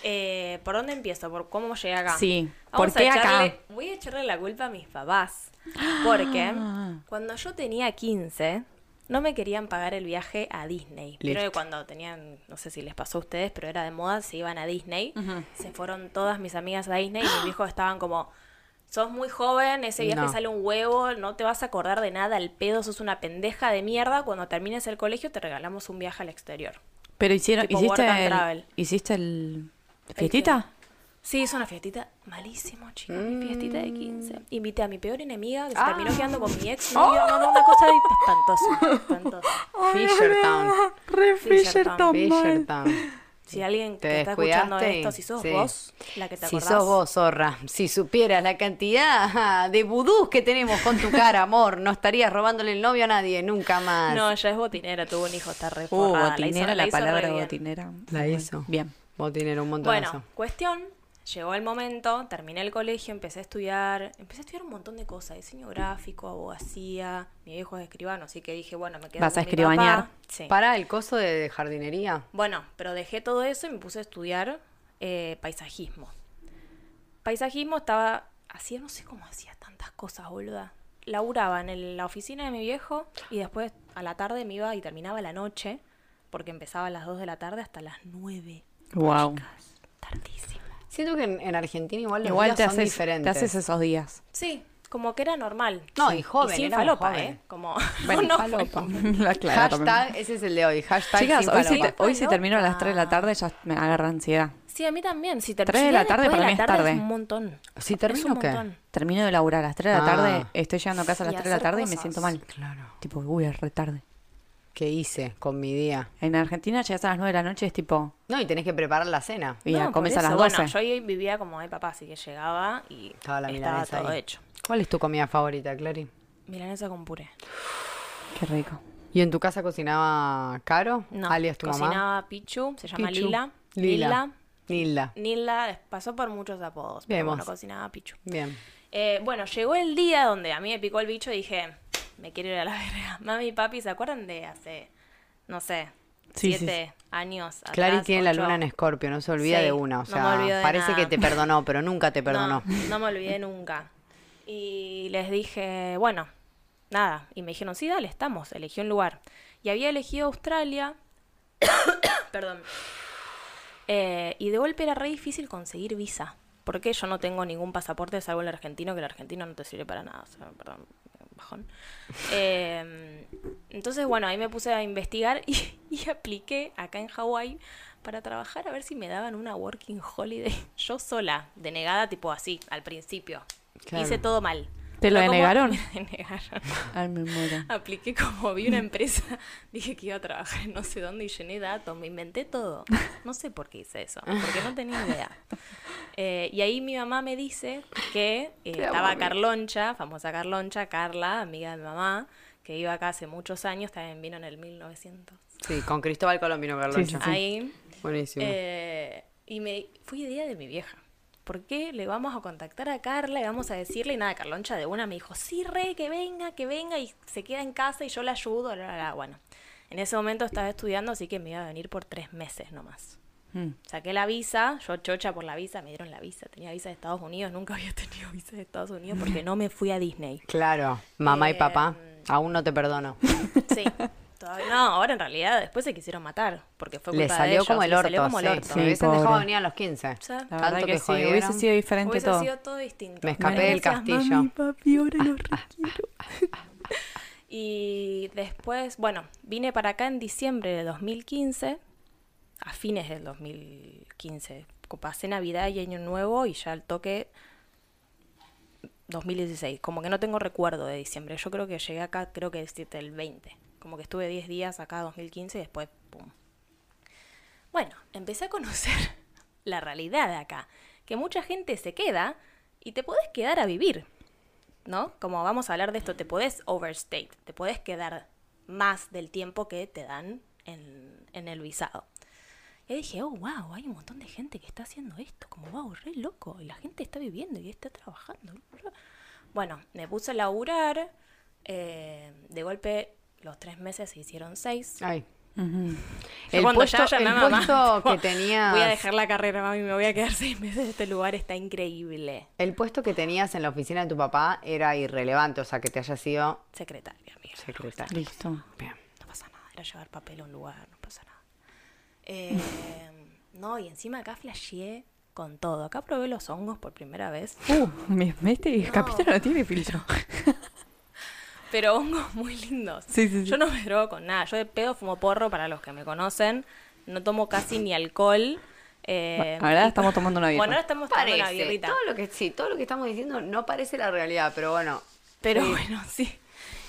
[SPEAKER 1] Eh, ¿Por dónde empiezo? ¿Por cómo llegué acá?
[SPEAKER 2] Sí,
[SPEAKER 1] Vamos
[SPEAKER 2] ¿por qué
[SPEAKER 1] a echarle-
[SPEAKER 2] acá?
[SPEAKER 1] Voy a echarle la culpa a mis papás. Porque cuando yo tenía 15, no me querían pagar el viaje a Disney. Creo
[SPEAKER 3] Listo.
[SPEAKER 1] que cuando tenían, no sé si les pasó a ustedes, pero era de moda, se iban a Disney. Se fueron todas mis amigas a Disney y mis viejos estaban como... Sos muy joven, ese viaje
[SPEAKER 3] No.
[SPEAKER 1] sale un huevo, no te vas a acordar de nada, el pedo, sos una pendeja de mierda. Cuando termines el colegio te regalamos un viaje al exterior.
[SPEAKER 2] Pero hicieron,
[SPEAKER 1] Tipo
[SPEAKER 2] hiciste,
[SPEAKER 1] work and
[SPEAKER 2] el,
[SPEAKER 1] travel.
[SPEAKER 2] ¿hiciste el fiestita?
[SPEAKER 1] Sí, hizo una fiestita malísimo, chicos. Mi fiestita de 15. Invité a mi peor enemiga, que se
[SPEAKER 3] Ah.
[SPEAKER 1] terminó quedando con mi ex. novio. No, no, una cosa espantosa. espantosa.
[SPEAKER 3] Fishertown.
[SPEAKER 2] Ah, Re
[SPEAKER 1] Fisherton,
[SPEAKER 3] Fishertown.
[SPEAKER 1] Si alguien
[SPEAKER 3] Te
[SPEAKER 1] que está escuchando
[SPEAKER 3] descuidaste
[SPEAKER 1] esto, si sos
[SPEAKER 3] y- sí.
[SPEAKER 1] vos la que te
[SPEAKER 3] Si
[SPEAKER 1] acordás.
[SPEAKER 3] sos vos, zorra, si supieras la cantidad de vudús que tenemos con tu cara, amor, no estarías robándole el novio a nadie, nunca más.
[SPEAKER 1] No, ya es botinera, tuvo un hijo, está re
[SPEAKER 2] Uh,
[SPEAKER 1] forrada, la hizo-
[SPEAKER 2] botinera, la,
[SPEAKER 1] la hizo re
[SPEAKER 2] palabra
[SPEAKER 1] bien.
[SPEAKER 2] botinera.
[SPEAKER 3] La
[SPEAKER 2] Muy
[SPEAKER 3] hizo.
[SPEAKER 2] Bien.
[SPEAKER 3] Botinero, un montón
[SPEAKER 1] Bueno, cuestión, llegó el momento, terminé el colegio, empecé a estudiar, empecé a estudiar un montón de cosas, diseño gráfico, abogacía, mi viejo es escribano, así que dije, bueno, me quedo
[SPEAKER 2] ¿Vas
[SPEAKER 1] con
[SPEAKER 2] a
[SPEAKER 1] mi
[SPEAKER 2] escribañar?
[SPEAKER 1] papá. Sí.
[SPEAKER 3] Para el coso de, de jardinería.
[SPEAKER 1] Bueno, pero dejé todo eso y me puse a estudiar eh, paisajismo. Paisajismo estaba. Hacía, no sé cómo hacía tantas cosas, boluda. Laburaba en el- la oficina de mi viejo y después a la tarde me iba y terminaba a la noche, porque empezaba a las 2 de la tarde hasta las 9.
[SPEAKER 2] Wow.
[SPEAKER 1] Tardísimo.
[SPEAKER 3] Siento que en, en Argentina igual los
[SPEAKER 2] Igual
[SPEAKER 3] días
[SPEAKER 2] te
[SPEAKER 3] son
[SPEAKER 2] haces,
[SPEAKER 3] diferentes.
[SPEAKER 2] te haces esos días.
[SPEAKER 1] Sí, Como que era normal.
[SPEAKER 3] No, y joven,
[SPEAKER 1] Y sin
[SPEAKER 3] éramos
[SPEAKER 1] falopa,
[SPEAKER 3] joven.
[SPEAKER 1] ¿eh? Como.
[SPEAKER 2] Bueno,
[SPEAKER 1] no
[SPEAKER 2] falopa.
[SPEAKER 1] fue-
[SPEAKER 2] La aclara también.
[SPEAKER 3] Hashtag, ese es el de hoy. Hashtag
[SPEAKER 2] Chicas,
[SPEAKER 3] sin
[SPEAKER 2] hoy si,
[SPEAKER 3] falopa.
[SPEAKER 2] te- hoy si termino a las
[SPEAKER 1] Falopa.
[SPEAKER 2] 3 de la tarde ya me agarra ansiedad.
[SPEAKER 1] Sí, a mí también. Si te
[SPEAKER 2] Tres de la
[SPEAKER 1] ya
[SPEAKER 2] tarde
[SPEAKER 1] después de
[SPEAKER 2] para mí es
[SPEAKER 1] la tarde
[SPEAKER 2] tarde.
[SPEAKER 1] Es un montón.
[SPEAKER 3] Si
[SPEAKER 1] es un
[SPEAKER 3] termino, ¿qué?
[SPEAKER 1] montón.
[SPEAKER 2] Termino de laburar a las 3 de la
[SPEAKER 3] Ah.
[SPEAKER 2] tarde, estoy llegando a casa a las
[SPEAKER 1] Y
[SPEAKER 2] 3 de la
[SPEAKER 1] hacer
[SPEAKER 2] tarde y me
[SPEAKER 1] cosas.
[SPEAKER 2] siento mal.
[SPEAKER 3] Claro.
[SPEAKER 2] Tipo, uy, es re tarde.
[SPEAKER 3] ¿Qué hice con mi día?
[SPEAKER 2] En Argentina llegas a las 9 de la noche y es tipo,
[SPEAKER 3] No, y tenés que preparar la cena.
[SPEAKER 2] y ya
[SPEAKER 1] No,
[SPEAKER 2] comes
[SPEAKER 1] por
[SPEAKER 2] a las
[SPEAKER 1] eso,
[SPEAKER 2] 12.
[SPEAKER 1] Bueno, yo ahí vivía como de papá, así que llegaba y
[SPEAKER 3] Estaba la
[SPEAKER 1] estaba
[SPEAKER 3] milanesa
[SPEAKER 1] todo
[SPEAKER 3] ahí.
[SPEAKER 1] hecho.
[SPEAKER 3] ¿Cuál es tu comida favorita, Clary?
[SPEAKER 1] Milanesa con puré.
[SPEAKER 2] Qué rico.
[SPEAKER 3] ¿Y en tu casa cocinaba Caro?
[SPEAKER 1] No,
[SPEAKER 3] alias tu
[SPEAKER 1] cocinaba
[SPEAKER 3] mamá.
[SPEAKER 1] Pichu, se llama
[SPEAKER 3] Pichu.
[SPEAKER 1] Lila.
[SPEAKER 3] Lila.
[SPEAKER 1] Lila.
[SPEAKER 3] Nilda.
[SPEAKER 1] Nilda pasó por muchos apodos, pero
[SPEAKER 3] Vemos.
[SPEAKER 1] bueno, cocinaba Pichu.
[SPEAKER 3] Bien.
[SPEAKER 1] Eh, bueno, llegó el día donde a mí me picó el bicho y dije, me quiero ir a la verga. Mami y papi, ¿se acuerdan de hace, no sé,
[SPEAKER 2] Sí, sí,
[SPEAKER 1] siete años?
[SPEAKER 3] Clary
[SPEAKER 1] atrás,
[SPEAKER 3] tiene la
[SPEAKER 1] ocho?
[SPEAKER 3] luna en escorpio, no se olvida
[SPEAKER 1] Sí,
[SPEAKER 3] de una. O
[SPEAKER 1] no
[SPEAKER 3] sea,
[SPEAKER 1] me olvido de
[SPEAKER 3] parece
[SPEAKER 1] nada.
[SPEAKER 3] que te perdonó, pero nunca te perdonó.
[SPEAKER 1] No, no me olvidé nunca. Y les dije, bueno, nada. Y me dijeron, sí, dale, estamos. Elegí un lugar. Y había elegido Australia. Perdón. Eh, y de golpe era re difícil conseguir visa. Porque yo no tengo ningún pasaporte salvo el argentino, que el argentino no te sirve para nada. O sea, perdón, bajón. Eh, entonces, bueno, ahí me puse a investigar y, y apliqué acá en Hawái para trabajar a ver si me daban una working holiday. Yo sola, denegada tipo así, al principio.
[SPEAKER 3] Claro.
[SPEAKER 1] Hice todo mal.
[SPEAKER 2] ¿Te lo
[SPEAKER 1] Pero como-
[SPEAKER 2] denegaron?
[SPEAKER 1] Me denegaron.
[SPEAKER 2] Ay, me muero.
[SPEAKER 1] Apliqué como vi una empresa, dije que iba a trabajar en no sé dónde y llené datos, me inventé todo. No sé por qué hice eso, porque no tenía idea. Eh, y ahí mi mamá me dice que eh, estaba Carloncha, famosa Carloncha, Carla, amiga de mi mamá, que iba acá hace muchos años, también vino en el 1900.
[SPEAKER 3] Sí, con Cristóbal Colombino, Carloncha.
[SPEAKER 1] Ahí.
[SPEAKER 3] Buenísimo.
[SPEAKER 1] eh, y me fue idea de mi vieja. ¿Por qué le vamos a contactar a Carla y vamos a decirle? Y nada, Carloncha de una me dijo, sí, re, que venga, que venga, y se queda en casa y yo la ayudo. la, la, la. Bueno, en ese momento estaba estudiando, así que me iba a venir por tres meses nomás.
[SPEAKER 2] Mm.
[SPEAKER 1] Saqué la visa, yo chocha por la visa, me dieron la visa. Tenía visa de Estados Unidos, nunca había tenido visa de Estados Unidos porque no me fui a Disney.
[SPEAKER 3] Claro. Mamá
[SPEAKER 1] Eh,
[SPEAKER 3] y papá, aún no te perdono.
[SPEAKER 1] Sí. Todavía- no, ahora en realidad después se quisieron matar porque fue culpa
[SPEAKER 3] Le
[SPEAKER 1] de
[SPEAKER 3] salió
[SPEAKER 1] ellos,
[SPEAKER 3] como el
[SPEAKER 1] le
[SPEAKER 3] orto.
[SPEAKER 1] salió como el
[SPEAKER 3] sí.
[SPEAKER 1] orto.
[SPEAKER 3] Sí,
[SPEAKER 2] Sí,
[SPEAKER 3] me hubiesen dejado
[SPEAKER 2] pobre.
[SPEAKER 3] venir a los 15.
[SPEAKER 1] Sí. La
[SPEAKER 2] La
[SPEAKER 3] Tanto
[SPEAKER 2] verdad
[SPEAKER 3] que,
[SPEAKER 2] que sí,
[SPEAKER 3] jodieron.
[SPEAKER 2] hubiese sido diferente
[SPEAKER 1] Hubiese
[SPEAKER 2] todo. Ah,
[SPEAKER 1] sido todo distinto.
[SPEAKER 3] Me escapé del
[SPEAKER 1] Gracias,
[SPEAKER 3] castillo.
[SPEAKER 1] mami.
[SPEAKER 2] papi, ahora los requiero.
[SPEAKER 1] Y después, bueno, vine para acá en diciembre de 2015, a fines del 2015. Pasé Navidad y Año Nuevo y ya al toque 2016. Como que no tengo recuerdo de diciembre. Yo creo que llegué acá, creo que es el 20. Como que estuve 10 días acá 2015 y después, pum. Bueno, empecé a conocer la realidad de acá. Que mucha gente se queda y te podés quedar a vivir. ¿no? Como vamos a hablar de esto, te podés overstate, te podés quedar más del tiempo que te dan en, en el visado. Y ahí dije, oh, wow, hay un montón de gente que está haciendo esto, como wow, re loco, y la gente está viviendo y está trabajando. Bueno, me puse a laburar, eh, de golpe los tres meses se hicieron seis.
[SPEAKER 3] Ay.
[SPEAKER 1] Yo
[SPEAKER 3] El
[SPEAKER 1] cuando
[SPEAKER 3] puesto,
[SPEAKER 1] ya llamé
[SPEAKER 3] el
[SPEAKER 1] a mamá,
[SPEAKER 3] puesto
[SPEAKER 1] tipo,
[SPEAKER 3] que tenías.
[SPEAKER 1] Voy a dejar la carrera, mami, me voy a quedar seis meses en este lugar, está increíble.
[SPEAKER 3] El puesto que tenías en la oficina de tu papá era irrelevante, o sea, que te haya sido
[SPEAKER 1] Secretaria, amiga.
[SPEAKER 3] secretario.
[SPEAKER 2] Listo.
[SPEAKER 3] Bien.
[SPEAKER 1] no pasa nada, era llevar papel a un lugar, no pasa nada. Eh, no, y encima acá flasheé con todo. Acá probé los hongos por primera vez,
[SPEAKER 2] Uh, mi- este capítulo no tiene filtro.
[SPEAKER 1] pero hongos muy lindos.
[SPEAKER 2] Sí, sí, sí.
[SPEAKER 1] Yo no me drogo con nada, yo de pedo fumo porro para los que me conocen, no tomo casi ni alcohol. eh,
[SPEAKER 2] Bueno, ahora
[SPEAKER 1] y-
[SPEAKER 2] estamos tomando una birra.
[SPEAKER 1] Bueno, ahora estamos tomando una
[SPEAKER 3] Parece.
[SPEAKER 1] birrita.
[SPEAKER 3] Todo lo que, sí, todo lo que estamos diciendo no parece la realidad, pero bueno.
[SPEAKER 1] Pero bueno, sí.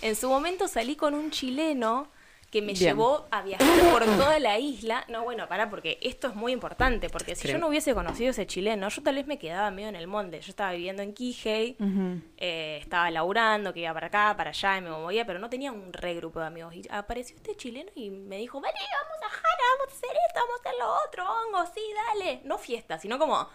[SPEAKER 1] En su momento salí con un chileno que me
[SPEAKER 2] Bien.
[SPEAKER 1] llevó a viajar por toda la isla. No, bueno, pará, porque esto es muy importante, porque si
[SPEAKER 3] Creo.
[SPEAKER 1] yo no hubiese conocido ese chileno, yo tal vez me quedaba medio en el monte. Yo estaba viviendo en Quijey, eh, estaba laburando, que iba para acá, para allá, y me movía, pero no tenía un re grupo de amigos. Y apareció este chileno y me dijo, vale, vamos a Jara, vamos a hacer esto, vamos a hacer lo otro, hongo, sí, dale. No fiesta, sino como,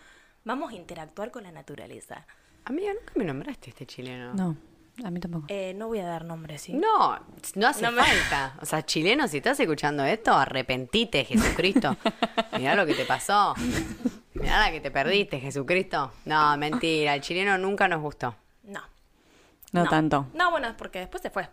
[SPEAKER 1] vamos a interactuar con la naturaleza.
[SPEAKER 3] Amiga, nunca me nombraste este chileno.
[SPEAKER 2] No, a mí tampoco.
[SPEAKER 1] Eh, no voy a dar nombres, ¿sí?
[SPEAKER 3] No, no hace
[SPEAKER 1] No me-
[SPEAKER 3] falta. O sea, chileno, si estás escuchando esto, arrepentite, Jesucristo. Mirá lo que te pasó. Mirá la que te perdiste, Jesucristo. No, mentira, el chileno nunca nos gustó.
[SPEAKER 1] No.
[SPEAKER 2] No, tanto.
[SPEAKER 1] No, bueno, es porque después se fue.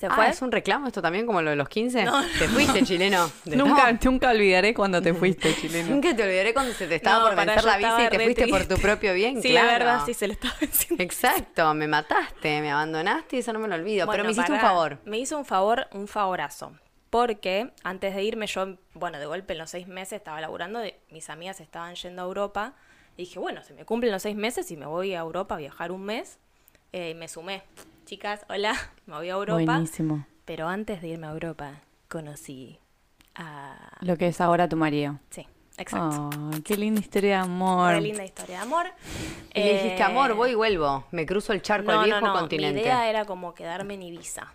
[SPEAKER 1] ¿Se
[SPEAKER 3] Ah,
[SPEAKER 1] fue?
[SPEAKER 3] ¿Es un reclamo esto también, como lo de los 15? Te fuiste, chileno. De-
[SPEAKER 2] Nunca, nunca olvidaré cuando te fuiste, chileno.
[SPEAKER 3] Nunca te olvidaré cuando se te estaba
[SPEAKER 1] No,
[SPEAKER 3] por
[SPEAKER 1] pará,
[SPEAKER 3] vencer
[SPEAKER 1] yo
[SPEAKER 3] la bici
[SPEAKER 1] estaba
[SPEAKER 3] y te
[SPEAKER 1] re
[SPEAKER 3] fuiste por
[SPEAKER 1] triste.
[SPEAKER 3] tu propio bien,
[SPEAKER 1] Sí,
[SPEAKER 3] claro.
[SPEAKER 1] la verdad, sí se le estaba diciendo.
[SPEAKER 3] Exacto, me mataste, me abandonaste y eso no me lo olvido.
[SPEAKER 1] Bueno,
[SPEAKER 3] pero me hiciste un
[SPEAKER 1] pará.
[SPEAKER 3] favor.
[SPEAKER 1] Me hizo un favor, un favorazo. Porque antes de irme, yo, bueno, de golpe en los seis meses estaba laburando, y mis amigas estaban yendo a Europa. Y dije, bueno, se me cumplen los seis meses y me voy a Europa a viajar un mes. Eh, y me sumé. Chicas, hola, me voy a Europa.
[SPEAKER 2] Buenísimo.
[SPEAKER 1] Pero antes de irme a Europa, conocí a.
[SPEAKER 2] Lo que es ahora tu marido.
[SPEAKER 1] Sí, exacto.
[SPEAKER 2] Ay, qué linda historia de amor.
[SPEAKER 1] Re linda historia de amor.
[SPEAKER 3] Y le dijiste,
[SPEAKER 1] Eh,
[SPEAKER 3] amor, voy y vuelvo. Me cruzo el charco al viejo continente.
[SPEAKER 1] Mi idea era como quedarme en Ibiza.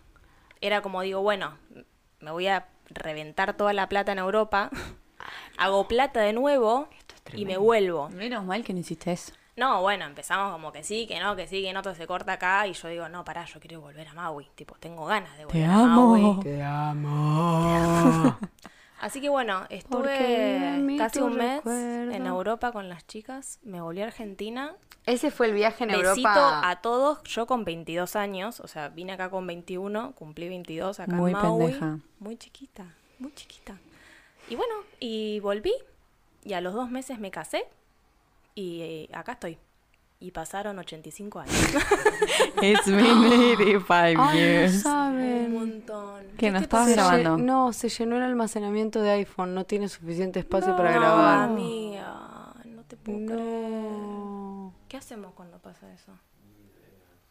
[SPEAKER 1] Era como digo, bueno, me voy a reventar toda la plata en Europa, hago plata de nuevo y me vuelvo.
[SPEAKER 2] Menos mal que no hiciste eso.
[SPEAKER 1] No, bueno, empezamos como que sí, que no, que sí, que no, todo se corta acá y yo digo, no, pará, yo quiero volver a Maui. Tipo, tengo ganas de volver a Maui.
[SPEAKER 2] amo.
[SPEAKER 3] Te amo.
[SPEAKER 1] Así que bueno,
[SPEAKER 3] Porque en
[SPEAKER 1] estuve
[SPEAKER 3] mí
[SPEAKER 1] casi
[SPEAKER 3] tu
[SPEAKER 1] un mes
[SPEAKER 3] recuerdo.
[SPEAKER 1] en Europa con las chicas, me volví a Argentina
[SPEAKER 3] Ese fue el viaje en
[SPEAKER 1] Besito
[SPEAKER 3] Europa.
[SPEAKER 1] a todos. Yo con 22 años, o sea, vine acá con 21, cumplí 22 acá
[SPEAKER 2] Muy
[SPEAKER 1] en Maui.
[SPEAKER 2] pendeja.
[SPEAKER 1] Muy chiquita, muy chiquita. Y bueno, y volví y a los dos meses me casé y eh, acá estoy. Y pasaron 85 años.
[SPEAKER 2] It's been 85
[SPEAKER 3] Ay, no
[SPEAKER 2] years.
[SPEAKER 1] Un
[SPEAKER 3] saben.
[SPEAKER 1] montón.
[SPEAKER 2] Que no
[SPEAKER 1] ¿Viste?
[SPEAKER 2] estabas
[SPEAKER 3] Se
[SPEAKER 2] grabando.
[SPEAKER 3] lle- No, se llenó el almacenamiento de iPhone. No tiene suficiente espacio para
[SPEAKER 1] No,
[SPEAKER 3] grabar.
[SPEAKER 1] amiga, no te puedo creer.
[SPEAKER 3] No.
[SPEAKER 1] ¿Qué hacemos cuando pasa eso?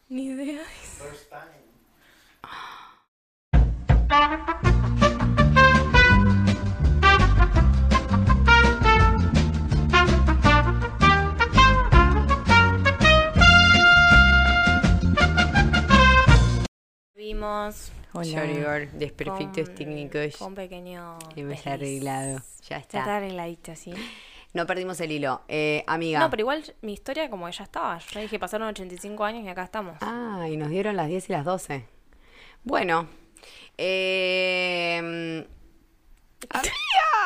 [SPEAKER 1] Ni idea. Vimos
[SPEAKER 2] Hola.
[SPEAKER 3] Shorigor, desperfectos técnicos.
[SPEAKER 1] con pequeño
[SPEAKER 3] Hemos
[SPEAKER 1] desliz.
[SPEAKER 3] arreglado. Ya
[SPEAKER 1] Ya está
[SPEAKER 3] está.
[SPEAKER 1] arregladita, sí.
[SPEAKER 3] No perdimos el hilo. Eh, amiga.
[SPEAKER 1] No, pero igual mi historia como ella estaba. Yo dije, pasaron 85 años y acá estamos.
[SPEAKER 3] Ah, y nos dieron las 10 y las 12. Bueno. Eh,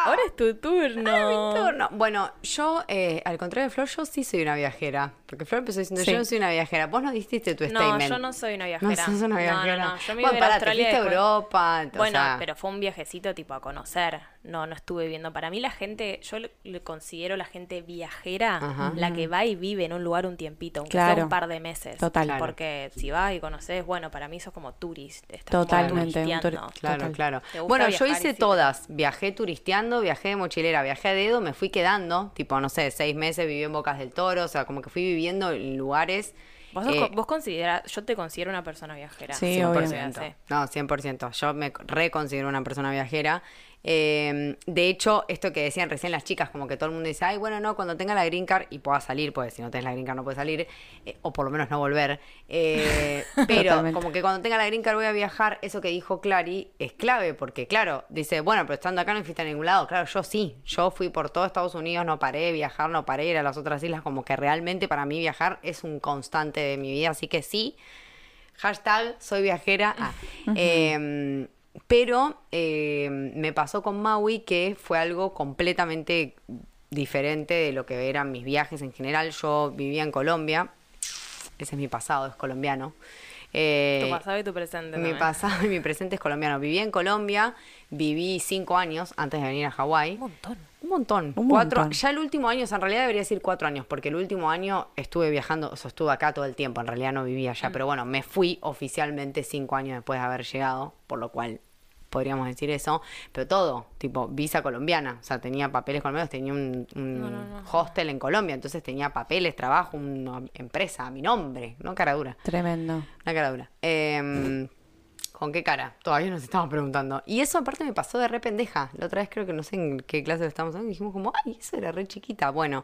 [SPEAKER 1] Ahora es tu
[SPEAKER 3] Ah. mi
[SPEAKER 1] turno.
[SPEAKER 3] turno. Bueno, yo, eh, al contrario de Flor, yo sí soy una viajera. Porque Flor empezó diciendo,
[SPEAKER 2] Sí.
[SPEAKER 3] yo no soy una viajera. Vos no dististe tu
[SPEAKER 1] No,
[SPEAKER 3] statement.
[SPEAKER 1] yo no soy una
[SPEAKER 3] Este No
[SPEAKER 1] viajera.
[SPEAKER 3] sos una viajera.
[SPEAKER 1] No, no, Yo me iba a ir
[SPEAKER 3] bueno,
[SPEAKER 1] a
[SPEAKER 3] pará, te
[SPEAKER 1] Australia
[SPEAKER 3] fuiste a
[SPEAKER 1] después.
[SPEAKER 3] Europa. ah. o
[SPEAKER 1] Bueno,
[SPEAKER 3] sea,
[SPEAKER 1] pero fue un viajecito tipo a conocer. No, no estuve viendo. Para mí la gente, yo le- le considero la gente viajera
[SPEAKER 3] Ajá.
[SPEAKER 1] la que va y vive en un lugar un tiempito, aunque sea
[SPEAKER 2] Claro.
[SPEAKER 1] un par de meses.
[SPEAKER 2] Total. Claro.
[SPEAKER 1] Porque si vas y conoces, bueno, para mí sos como turist. estás como
[SPEAKER 2] Totalmente, un turi-
[SPEAKER 1] turisteando.
[SPEAKER 3] Claro,
[SPEAKER 2] Total.
[SPEAKER 3] claro.
[SPEAKER 1] Te gusta
[SPEAKER 3] Bueno, yo
[SPEAKER 1] viajar y
[SPEAKER 3] hice
[SPEAKER 1] sí, te-
[SPEAKER 3] todas. Viajé turisteando, viajé de mochilera, viajé a dedo, me fui quedando. Tipo, no sé, seis meses viví en Bocas del Toro. O sea, como que fui viviendo en lugares.
[SPEAKER 1] Vos, sos
[SPEAKER 3] eh,
[SPEAKER 1] co- vos considerás, yo te considero una persona viajera.
[SPEAKER 2] Sí,
[SPEAKER 1] sin
[SPEAKER 2] obvio.
[SPEAKER 1] duda,
[SPEAKER 3] 100%.
[SPEAKER 1] sí.
[SPEAKER 3] No, 100%. Yo me reconsidero una persona viajera. Eh, de hecho, esto que decían recién las chicas, como que todo el mundo dice, ay, bueno, no, cuando tenga la green card y pueda salir, porque si no tenés la green card no puedes salir, eh, o por lo menos no volver. Eh, pero
[SPEAKER 2] Totalmente.
[SPEAKER 3] como que cuando tenga la green card voy a viajar, eso que dijo Clary es clave, porque claro, dice, bueno, pero estando acá no fuiste a ningún lado. Claro, yo sí, yo fui por todo Estados Unidos, no paré de viajar, no paré de ir a las otras islas, como que realmente para mí viajar es un constante de mi vida, así que sí, Hashtag soy viajera. Ah, eh, pero eh, me pasó con Maui que fue algo completamente diferente de lo que eran mis viajes en general. Yo vivía en Colombia. Ese es mi pasado, es colombiano. Eh,
[SPEAKER 1] Tu pasado y tu presente.
[SPEAKER 3] mi
[SPEAKER 1] también.
[SPEAKER 3] pasado y mi presente es colombiano. Viví en Colombia, viví cinco años antes de venir a Hawái.
[SPEAKER 1] Un montón.
[SPEAKER 3] Un montón.
[SPEAKER 2] Un
[SPEAKER 3] cuatro,
[SPEAKER 2] montón.
[SPEAKER 3] Ya el último año, o sea, en realidad debería decir cuatro años, porque el último año estuve viajando, o sea, estuve acá todo el tiempo, en realidad no vivía
[SPEAKER 1] Mm.
[SPEAKER 3] allá, pero bueno, me fui oficialmente cinco años después de haber llegado, por lo cual podríamos decir eso, pero todo, tipo visa colombiana, o sea, tenía papeles colombianos, tenía un, un hostel en Colombia, entonces tenía papeles, trabajo, una empresa a mi nombre, no cara dura.
[SPEAKER 2] Tremendo.
[SPEAKER 3] Una cara dura. Em, ¿Con qué cara? Todavía nos estamos preguntando. Y eso aparte me pasó de re pendeja. La otra vez creo que no sé en qué clase lo estábamos hablando. Dijimos como, ay, eso era re chiquita. Bueno,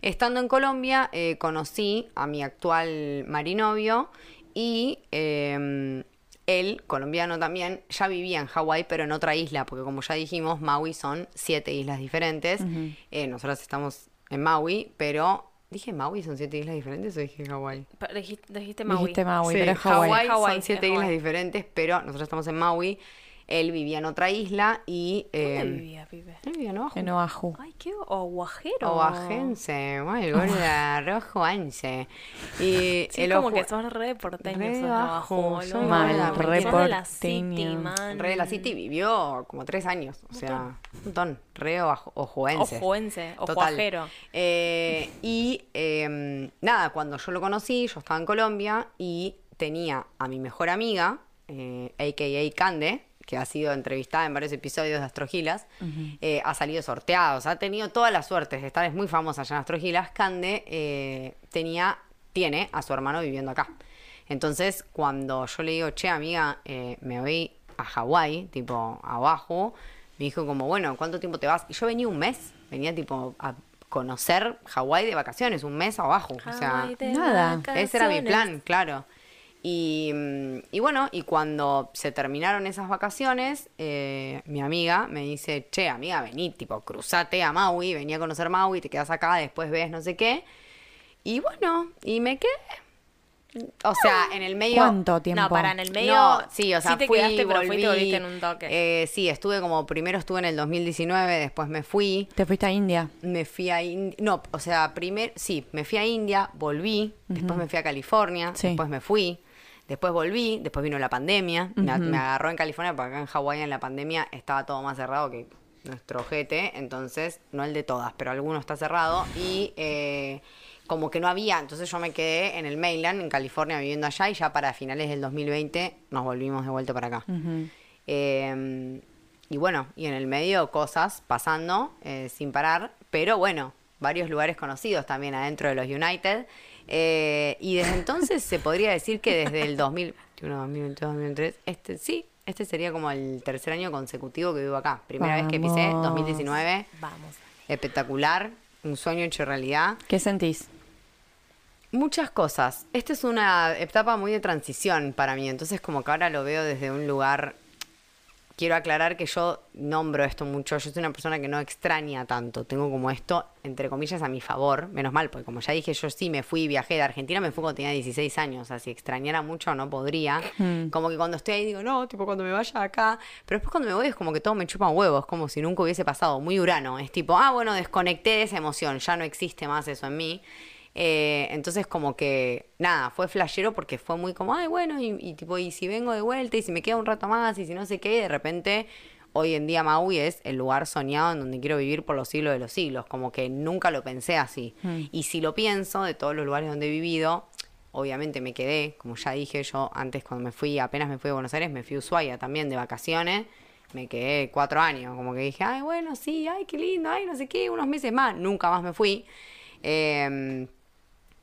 [SPEAKER 3] estando en Colombia eh, conocí a mi actual marinovio y em, él, colombiano también, ya vivía en Hawái, pero en otra isla, porque como ya dijimos, Maui son siete islas diferentes. Eh, nosotras estamos en Maui, pero... ¿Dije Maui son siete islas diferentes o dije Hawái?
[SPEAKER 1] Pa- Dijiste, dijiste Maui.
[SPEAKER 2] Dijiste Maui,
[SPEAKER 3] Sí,
[SPEAKER 2] Ah, pero es Hawái.
[SPEAKER 1] Hawái,
[SPEAKER 3] son
[SPEAKER 1] es
[SPEAKER 3] siete
[SPEAKER 1] Hawái.
[SPEAKER 3] islas diferentes, pero nosotros estamos en Maui. él vivía en otra isla y...
[SPEAKER 1] ¿Dónde
[SPEAKER 3] eh,
[SPEAKER 1] vivía, pibe?
[SPEAKER 3] él vivía en Oahu.
[SPEAKER 2] En Oahu.
[SPEAKER 1] Ay, qué aguajero.
[SPEAKER 3] Oahuense, bueno, el gorda, re oahuense. Y
[SPEAKER 1] Sí,
[SPEAKER 3] el
[SPEAKER 1] como
[SPEAKER 3] ojo-
[SPEAKER 1] que son re porteños.
[SPEAKER 3] Re
[SPEAKER 1] son
[SPEAKER 3] bajo,
[SPEAKER 1] abajo,
[SPEAKER 3] son
[SPEAKER 1] boludo.
[SPEAKER 2] mal,
[SPEAKER 1] Son de
[SPEAKER 2] re
[SPEAKER 1] la
[SPEAKER 2] porteño.
[SPEAKER 1] city, man.
[SPEAKER 3] Re de la City vivió como tres años, o sea, un montón, re ojo- ojuenses.
[SPEAKER 1] Ojuense,
[SPEAKER 3] Total.
[SPEAKER 1] ojuajero.
[SPEAKER 3] Eh, y eh, nada, cuando yo lo conocí, yo estaba en Colombia y tenía a mi mejor amiga, eh, a.k.a. Cande, que ha sido entrevistada en varios episodios de Astrogilas, eh, ha salido sorteada, o sea, ha tenido todas las suertes de estar, es muy famosa allá en Astrogilas. Cande eh, tenía, tiene a su hermano viviendo acá. Entonces, cuando yo le digo, che, amiga, eh, me voy a Hawái, tipo, abajo, me dijo como, bueno, ¿cuánto tiempo te vas? Y yo venía un mes, venía tipo a conocer Hawái de vacaciones, un mes abajo. O sea,
[SPEAKER 1] Ay, de
[SPEAKER 2] nada.
[SPEAKER 3] ese era mi
[SPEAKER 1] vacaciones.
[SPEAKER 3] plan, claro. Y, mm, y bueno, y cuando se terminaron esas vacaciones, eh, mi amiga me dice, che, amiga, vení, tipo, cruzate a Maui, vení a conocer Maui, te quedas acá, después ves no sé qué. Y bueno, y me quedé. O sea, en el medio...
[SPEAKER 2] ¿Cuánto tiempo?
[SPEAKER 1] No, para en el medio.
[SPEAKER 3] No, sí, o sea,
[SPEAKER 1] te
[SPEAKER 3] fui,
[SPEAKER 1] quedaste, pero fuiste y
[SPEAKER 3] volví.
[SPEAKER 1] volviste en un toque.
[SPEAKER 3] Eh, sí, estuve como, primero estuve en el 2019, después me fui
[SPEAKER 2] Te fuiste a India.
[SPEAKER 3] me fui a India, no, o sea, primer, sí, me fui a India, volví, después me fui a California,
[SPEAKER 2] Sí.
[SPEAKER 3] después me fui, después volví, después vino la pandemia, me, a- me agarró en California, porque acá en Hawái en la pandemia estaba todo más cerrado que nuestro GT, entonces, no el de todas, pero alguno está cerrado y eh, como que no había, entonces yo me quedé en el mainland, en California, viviendo allá y ya para finales del 2020 nos volvimos de vuelta para acá. Eh, y bueno, y en el medio cosas pasando eh, sin parar, pero bueno, varios lugares conocidos también adentro de los United. Eh, y desde entonces se podría decir que desde el 2021, 2022, 2023, este sí, este sería como el tercer año consecutivo que vivo acá. Primera vez que pisé,
[SPEAKER 2] Vamos.
[SPEAKER 3] 2019,
[SPEAKER 1] Vamos.
[SPEAKER 3] espectacular, un sueño hecho realidad.
[SPEAKER 2] ¿Qué sentís?
[SPEAKER 3] Muchas cosas. Esta es una etapa muy de transición para mí, entonces como que ahora lo veo desde un lugar... Quiero aclarar que yo nombro esto mucho, yo soy una persona que no extraña tanto, tengo como esto, entre comillas, a mi favor, menos mal, porque como ya dije, yo sí me fui, viajé de Argentina, me fui cuando tenía 16 años, o sea, si extrañara mucho no podría, como que cuando estoy ahí digo, no, tipo cuando me vaya acá, pero después cuando me voy es como que todo me chupa huevos, como si nunca hubiese pasado, muy urano, es tipo, ah, bueno, desconecté de esa emoción, ya no existe más eso en mí. Eh, entonces como que nada, fue flashero porque fue muy como, ay bueno, y, y tipo, y si vengo de vuelta, y si me queda un rato más, y si no sé qué, y de repente hoy en día Maui es el lugar soñado en donde quiero vivir por los siglos de los siglos, como que nunca lo pensé así. Y si lo pienso, de todos los lugares donde he vivido, obviamente me quedé, como ya dije yo antes cuando me fui, apenas me fui a Buenos Aires, me fui a Ushuaia también de vacaciones, me quedé cuatro años, como que dije, ay bueno, sí, ay qué lindo, ay no sé qué, unos meses más, nunca más me fui. Em,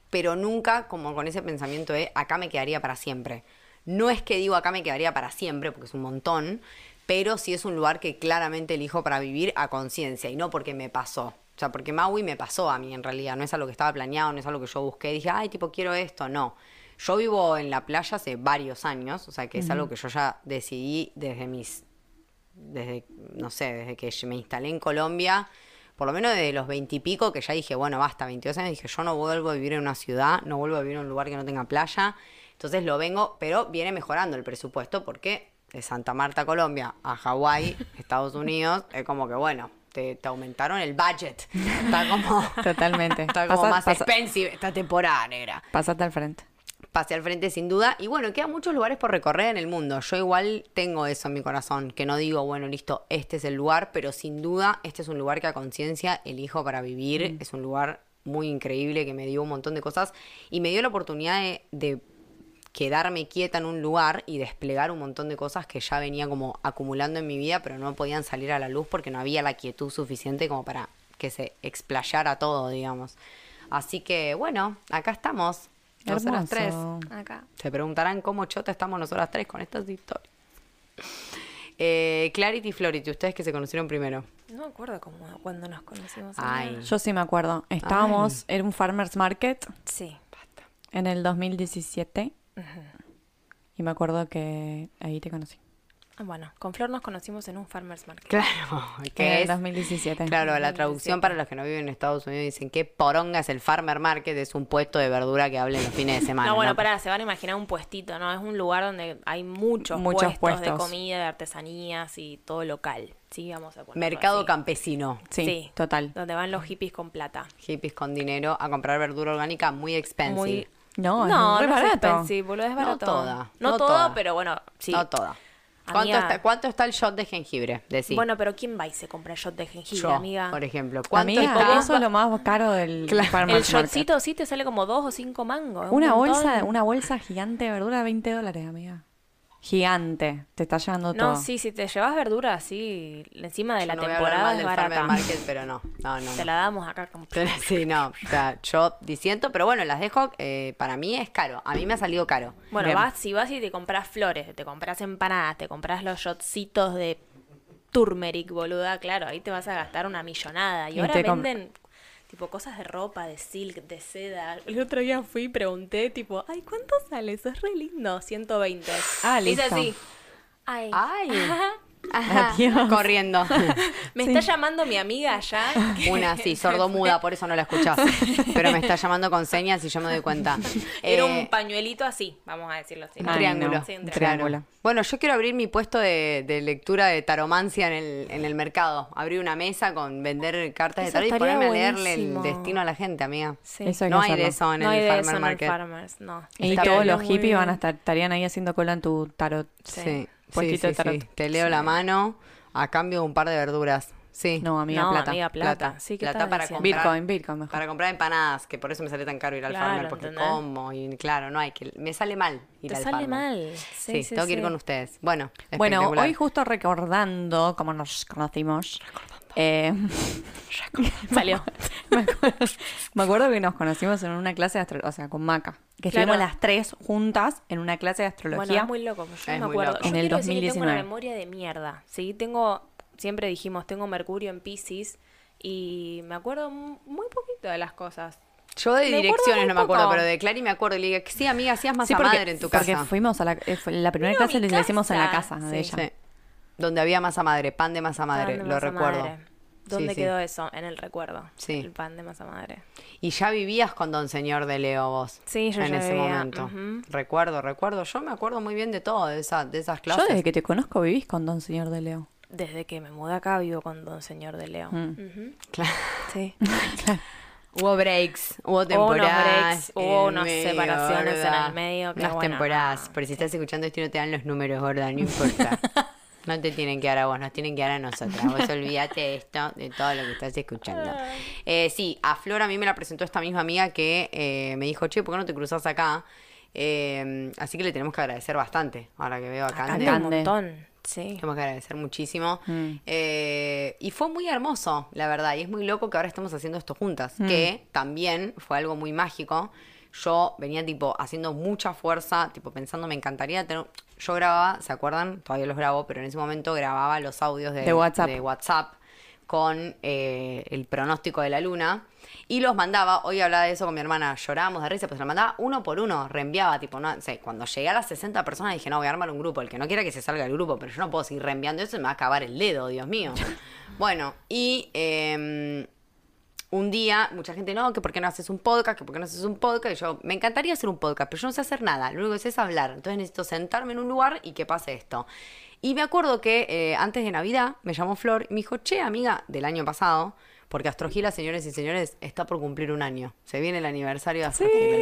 [SPEAKER 3] pero nunca como con ese pensamiento de acá me quedaría para siempre. No es que digo acá me quedaría para siempre, porque es un montón, pero sí es un lugar que claramente elijo para vivir a conciencia y no porque me pasó. O sea, porque Maui me pasó a mí en realidad, no es algo que estaba planeado, no es algo que yo busqué, dije, ay, tipo, quiero esto, no. Yo vivo en la playa hace varios años, o sea, que es algo que yo ya decidí desde mis desde, no sé, desde que me instalé en Colombia, por lo menos desde los veintipico, que ya dije, bueno, basta, 22 años, dije, yo no vuelvo a vivir en una ciudad, no vuelvo a vivir en un lugar que no tenga playa. Entonces lo vengo, pero viene mejorando el presupuesto porque de Santa Marta, Colombia, a Hawái, Estados Unidos, es como que, bueno, te, te aumentaron el budget. Está como,
[SPEAKER 2] Totalmente.
[SPEAKER 3] está como
[SPEAKER 2] Pasa-
[SPEAKER 3] más
[SPEAKER 2] pasa-
[SPEAKER 3] expensive esta temporada, negra
[SPEAKER 2] Pasate al frente.
[SPEAKER 3] pasé al frente sin duda. Y bueno, quedan muchos lugares por recorrer en el mundo. Yo igual tengo eso en mi corazón, que no digo, bueno, listo, este es el lugar, pero sin duda este es un lugar que a conciencia elijo para vivir. Es un lugar muy increíble que me dio un montón de cosas y me dio la oportunidad de, de quedarme quieta en un lugar y desplegar un montón de cosas que ya venía como acumulando en mi vida, pero no podían salir a la luz porque no había la quietud suficiente como para que se explayara todo, digamos. Así que bueno, acá estamos. Nosotras tres.
[SPEAKER 2] Hermoso.
[SPEAKER 1] Acá.
[SPEAKER 3] Se preguntarán cómo chota estamos nosotras tres con estas historias. Eh, Clarity y Flority, ustedes que se conocieron primero.
[SPEAKER 1] No me acuerdo cómo, cuando nos conocimos.
[SPEAKER 3] Ay.
[SPEAKER 2] Yo sí me acuerdo. Estábamos en un farmer's market
[SPEAKER 1] Sí.
[SPEAKER 2] en el 2017 y me acuerdo que ahí te conocí.
[SPEAKER 1] Ah, Bueno, con Flor nos conocimos en un farmer's market.
[SPEAKER 3] Claro,
[SPEAKER 2] en
[SPEAKER 3] que
[SPEAKER 2] el
[SPEAKER 3] es
[SPEAKER 2] 2017.
[SPEAKER 3] Claro, la traducción para los que no viven en Estados Unidos dicen que poronga es el farmer market, es un puesto de verdura que hablen los fines de semana.
[SPEAKER 1] no, bueno, pará, se van a imaginar un puestito, ¿no? Es un lugar donde hay muchos,
[SPEAKER 2] Muchos
[SPEAKER 1] puestos, de
[SPEAKER 2] puestos.
[SPEAKER 1] comida, de artesanías y todo local. Sí, vamos a ponerlo
[SPEAKER 3] Mercado
[SPEAKER 1] así.
[SPEAKER 3] campesino.
[SPEAKER 2] Sí,
[SPEAKER 1] Sí.
[SPEAKER 2] total.
[SPEAKER 1] Donde van los hippies con plata.
[SPEAKER 3] Hippies con dinero a comprar verdura orgánica muy expensive.
[SPEAKER 1] Muy...
[SPEAKER 2] No, es
[SPEAKER 1] no,
[SPEAKER 2] re
[SPEAKER 1] no
[SPEAKER 2] barato.
[SPEAKER 1] expensive, boludo, es
[SPEAKER 3] No
[SPEAKER 1] barato.
[SPEAKER 3] toda,
[SPEAKER 1] No,
[SPEAKER 3] no
[SPEAKER 1] todo,
[SPEAKER 3] toda.
[SPEAKER 1] pero bueno, sí.
[SPEAKER 3] No toda. ¿Cuánto
[SPEAKER 1] Amiga.
[SPEAKER 3] está, ¿Cuánto está el shot de jengibre? Decí.
[SPEAKER 1] Bueno, pero ¿quién va y se compra shot de jengibre,
[SPEAKER 3] Yo,
[SPEAKER 1] amiga?
[SPEAKER 3] por ejemplo. ¿Cuánto
[SPEAKER 2] Amiga,
[SPEAKER 3] está?
[SPEAKER 2] eso es lo más caro del
[SPEAKER 1] El
[SPEAKER 2] farmer's market.
[SPEAKER 1] shotcito sí te sale como dos o cinco mangos. es un
[SPEAKER 2] Una
[SPEAKER 1] montón.
[SPEAKER 2] bolsa, una bolsa gigante de verdura, 20 dólares, amiga. Gigante. Te está llevando todo.
[SPEAKER 1] No, sí, si te llevas verdura así encima de
[SPEAKER 3] Yo
[SPEAKER 1] la
[SPEAKER 3] no voy a hablar
[SPEAKER 1] temporada
[SPEAKER 3] mal
[SPEAKER 1] es
[SPEAKER 3] del farmer
[SPEAKER 1] barata.
[SPEAKER 3] market, pero no. No, no,
[SPEAKER 1] Te
[SPEAKER 3] no.
[SPEAKER 1] la damos acá como...
[SPEAKER 3] Pero sí, no, o sea, yo disiento, pero bueno, las dejo, eh, para mí es caro, a mí me ha salido caro.
[SPEAKER 1] Bueno,
[SPEAKER 2] Bien.
[SPEAKER 1] vas, si vas y te compras flores, te compras empanadas, te compras los shotcitos de turmeric, boluda, claro, ahí te vas a gastar una millonada. Y,
[SPEAKER 2] Y
[SPEAKER 1] ahora
[SPEAKER 2] te com-
[SPEAKER 1] venden tipo cosas de ropa, de silk, de seda. El otro día fui y pregunté, tipo, ay, ¿cuánto sale? Eso es re lindo, 120.
[SPEAKER 2] Ah,
[SPEAKER 1] Dice
[SPEAKER 2] listo. Ah.
[SPEAKER 1] así. Ay,
[SPEAKER 3] Ay.
[SPEAKER 1] ajá,
[SPEAKER 3] Ajá,
[SPEAKER 2] Adiós.
[SPEAKER 3] corriendo.
[SPEAKER 1] me está llamando mi amiga allá.
[SPEAKER 3] Una sí, sordomuda, por eso no la escuchás. Pero me está llamando con señas y yo me doy cuenta.
[SPEAKER 1] Era
[SPEAKER 3] Eh,
[SPEAKER 1] un pañuelito así, vamos a decirlo así.
[SPEAKER 3] un
[SPEAKER 2] Ay,
[SPEAKER 3] triángulo.
[SPEAKER 2] no.
[SPEAKER 1] Sí, un
[SPEAKER 2] Un
[SPEAKER 1] triángulo.
[SPEAKER 2] triángulo.
[SPEAKER 3] Bueno, yo quiero abrir mi puesto de, de lectura de taromancia en el, en el mercado. Abrir una mesa con vender cartas
[SPEAKER 1] Eso
[SPEAKER 3] de tarot y
[SPEAKER 1] estaría
[SPEAKER 3] ponerme a leerle el
[SPEAKER 1] buenísimo.
[SPEAKER 3] destino a la gente, amiga.
[SPEAKER 1] Sí.
[SPEAKER 2] Eso hay
[SPEAKER 3] no
[SPEAKER 2] que
[SPEAKER 3] hay de
[SPEAKER 2] hacerlo.
[SPEAKER 3] eso en
[SPEAKER 1] no hay
[SPEAKER 3] el
[SPEAKER 1] de
[SPEAKER 3] farmer
[SPEAKER 1] eso en el
[SPEAKER 3] market.
[SPEAKER 1] farmers, no.
[SPEAKER 2] Y
[SPEAKER 3] Está
[SPEAKER 2] todos
[SPEAKER 3] bien,
[SPEAKER 2] los
[SPEAKER 1] muy
[SPEAKER 2] hippies
[SPEAKER 1] bien.
[SPEAKER 2] van a estar, estarían ahí haciendo cola en tu tarot.
[SPEAKER 3] Sí.
[SPEAKER 1] Sí.
[SPEAKER 3] Sí, sí,
[SPEAKER 2] Puestito de tarot.
[SPEAKER 3] sí. Te leo la mano a cambio de un par de verduras. Sí.
[SPEAKER 2] No, amiga,
[SPEAKER 1] no,
[SPEAKER 2] plata.
[SPEAKER 1] amiga, plata.
[SPEAKER 3] Plata.
[SPEAKER 1] Sí, ¿qué
[SPEAKER 3] Plata
[SPEAKER 1] estás
[SPEAKER 3] para
[SPEAKER 1] diciendo?
[SPEAKER 3] comprar.
[SPEAKER 2] Bitcoin, Bitcoin mejor.
[SPEAKER 3] Para comprar empanadas, que por eso me sale tan caro ir al
[SPEAKER 1] Claro,
[SPEAKER 3] farmer, porque
[SPEAKER 1] ¿entendés?
[SPEAKER 3] como y claro, no hay que me sale mal ir
[SPEAKER 1] Te
[SPEAKER 3] al
[SPEAKER 1] sale
[SPEAKER 3] farmer.
[SPEAKER 1] mal.
[SPEAKER 3] Sí,
[SPEAKER 1] Sí, sí,
[SPEAKER 3] tengo que ir
[SPEAKER 1] sí.
[SPEAKER 3] con ustedes. Bueno,
[SPEAKER 2] Bueno,
[SPEAKER 3] espectacular.
[SPEAKER 2] hoy justo recordando cómo nos conocimos. eh,
[SPEAKER 1] Salió.
[SPEAKER 2] me, acuerdo, me acuerdo que nos conocimos en una clase de astrología, o sea, con Maca. Que
[SPEAKER 1] Claro.
[SPEAKER 2] estuvimos las tres juntas en una clase de
[SPEAKER 1] Bueno,
[SPEAKER 2] astrología.
[SPEAKER 1] es muy loco, yo
[SPEAKER 3] Es
[SPEAKER 1] no me
[SPEAKER 3] muy
[SPEAKER 1] acuerdo.
[SPEAKER 3] loco.
[SPEAKER 1] Yo
[SPEAKER 2] En el
[SPEAKER 1] quiero decir que tengo una
[SPEAKER 2] 2019.
[SPEAKER 1] memoria de mierda. Sí, tengo, siempre dijimos, tengo Mercurio en Pisces y me acuerdo mu- muy poquito de las cosas.
[SPEAKER 3] Yo de
[SPEAKER 1] Me acuerdo
[SPEAKER 3] direcciones
[SPEAKER 1] muy
[SPEAKER 3] no me acuerdo,
[SPEAKER 1] poco.
[SPEAKER 3] pero de Clary me acuerdo. Y le dije, sí, amiga, hacías masa
[SPEAKER 2] Sí, porque,
[SPEAKER 3] madre en tu casa.
[SPEAKER 2] porque fuimos a la, eh, fue- la primera
[SPEAKER 1] Fuimos a
[SPEAKER 2] clase
[SPEAKER 1] mi
[SPEAKER 2] la hicimos en la
[SPEAKER 1] casa.
[SPEAKER 2] casa
[SPEAKER 1] Sí,
[SPEAKER 2] de ella.
[SPEAKER 3] Sí. Donde había masa madre, pan de masa madre,
[SPEAKER 1] Pan de
[SPEAKER 3] lo
[SPEAKER 1] masa
[SPEAKER 3] recuerdo.
[SPEAKER 1] madre. ¿Dónde
[SPEAKER 3] Sí, sí.
[SPEAKER 1] quedó eso? En el recuerdo.
[SPEAKER 3] Sí.
[SPEAKER 1] El pan de masa madre.
[SPEAKER 3] Y ya vivías con Don Señor de Leo vos.
[SPEAKER 1] Sí, yo
[SPEAKER 3] En
[SPEAKER 1] ya
[SPEAKER 3] ese
[SPEAKER 1] vivía,
[SPEAKER 3] momento.
[SPEAKER 1] ujú.
[SPEAKER 3] Recuerdo, recuerdo. Yo me acuerdo muy bien de todo, de, esa, de esas
[SPEAKER 2] Yo
[SPEAKER 3] clases.
[SPEAKER 2] desde que te conozco vivís con Don Señor de Leo.
[SPEAKER 1] Desde que me mudé acá vivo con Don Señor de Leo.
[SPEAKER 2] Mm.
[SPEAKER 1] Ujú.
[SPEAKER 3] Claro.
[SPEAKER 1] Sí.
[SPEAKER 3] Hubo breaks, hubo
[SPEAKER 1] Hubo unos
[SPEAKER 3] temporadas.
[SPEAKER 1] breaks, hubo
[SPEAKER 3] en
[SPEAKER 1] unas
[SPEAKER 3] medio,
[SPEAKER 1] separaciones en
[SPEAKER 3] gorda.
[SPEAKER 1] el medio que,
[SPEAKER 3] unas
[SPEAKER 1] bueno,
[SPEAKER 3] temporadas.
[SPEAKER 1] no,
[SPEAKER 3] Por si estás escuchando esto y no te dan los números, gorda, no importa. No te tienen que dar a vos, nos tienen que dar a nosotras. Vos olvídate de esto, de todo lo que estás escuchando. Eh, sí, a Flor a mí me la presentó esta misma amiga que eh, me dijo, che, ¿por qué no te cruzas acá? Eh, así que le tenemos que agradecer bastante. Ahora que veo a Cande.
[SPEAKER 1] Cambia un
[SPEAKER 2] Cande.
[SPEAKER 1] montón. Sí.
[SPEAKER 3] Tenemos que agradecer muchísimo. Eh, y fue muy hermoso, la verdad. Y es muy loco que ahora estamos haciendo esto juntas. Que también fue algo muy mágico. Yo venía, tipo, haciendo mucha fuerza, tipo, pensando, me encantaría tener. Yo grababa, ¿se acuerdan? Todavía los grabo, pero en ese momento grababa los audios de,
[SPEAKER 2] De WhatsApp.
[SPEAKER 3] de WhatsApp con eh, el pronóstico de la luna y los mandaba, hoy hablaba de eso con mi hermana, llorábamos de risa, pues se los mandaba uno por uno, reenviaba, tipo, no sé, cuando llegué a las 60 personas dije, no, voy a armar un grupo, el que no quiera que se salga del grupo, pero yo no puedo seguir reenviando eso, se me va a acabar el dedo, Dios mío. bueno, y... em, un día, mucha gente, no, que por qué no haces un podcast, que por qué no haces un podcast. Y yo, me encantaría hacer un podcast, pero yo no sé hacer nada. Lo único que sé es hablar. Entonces necesito sentarme en un lugar y que pase esto. Y me acuerdo que eh, antes de Navidad me llamó Flor y me dijo, che, amiga, del año pasado, porque Astrogila, señores y señores, está por cumplir un año. Se viene el aniversario de Astrogila.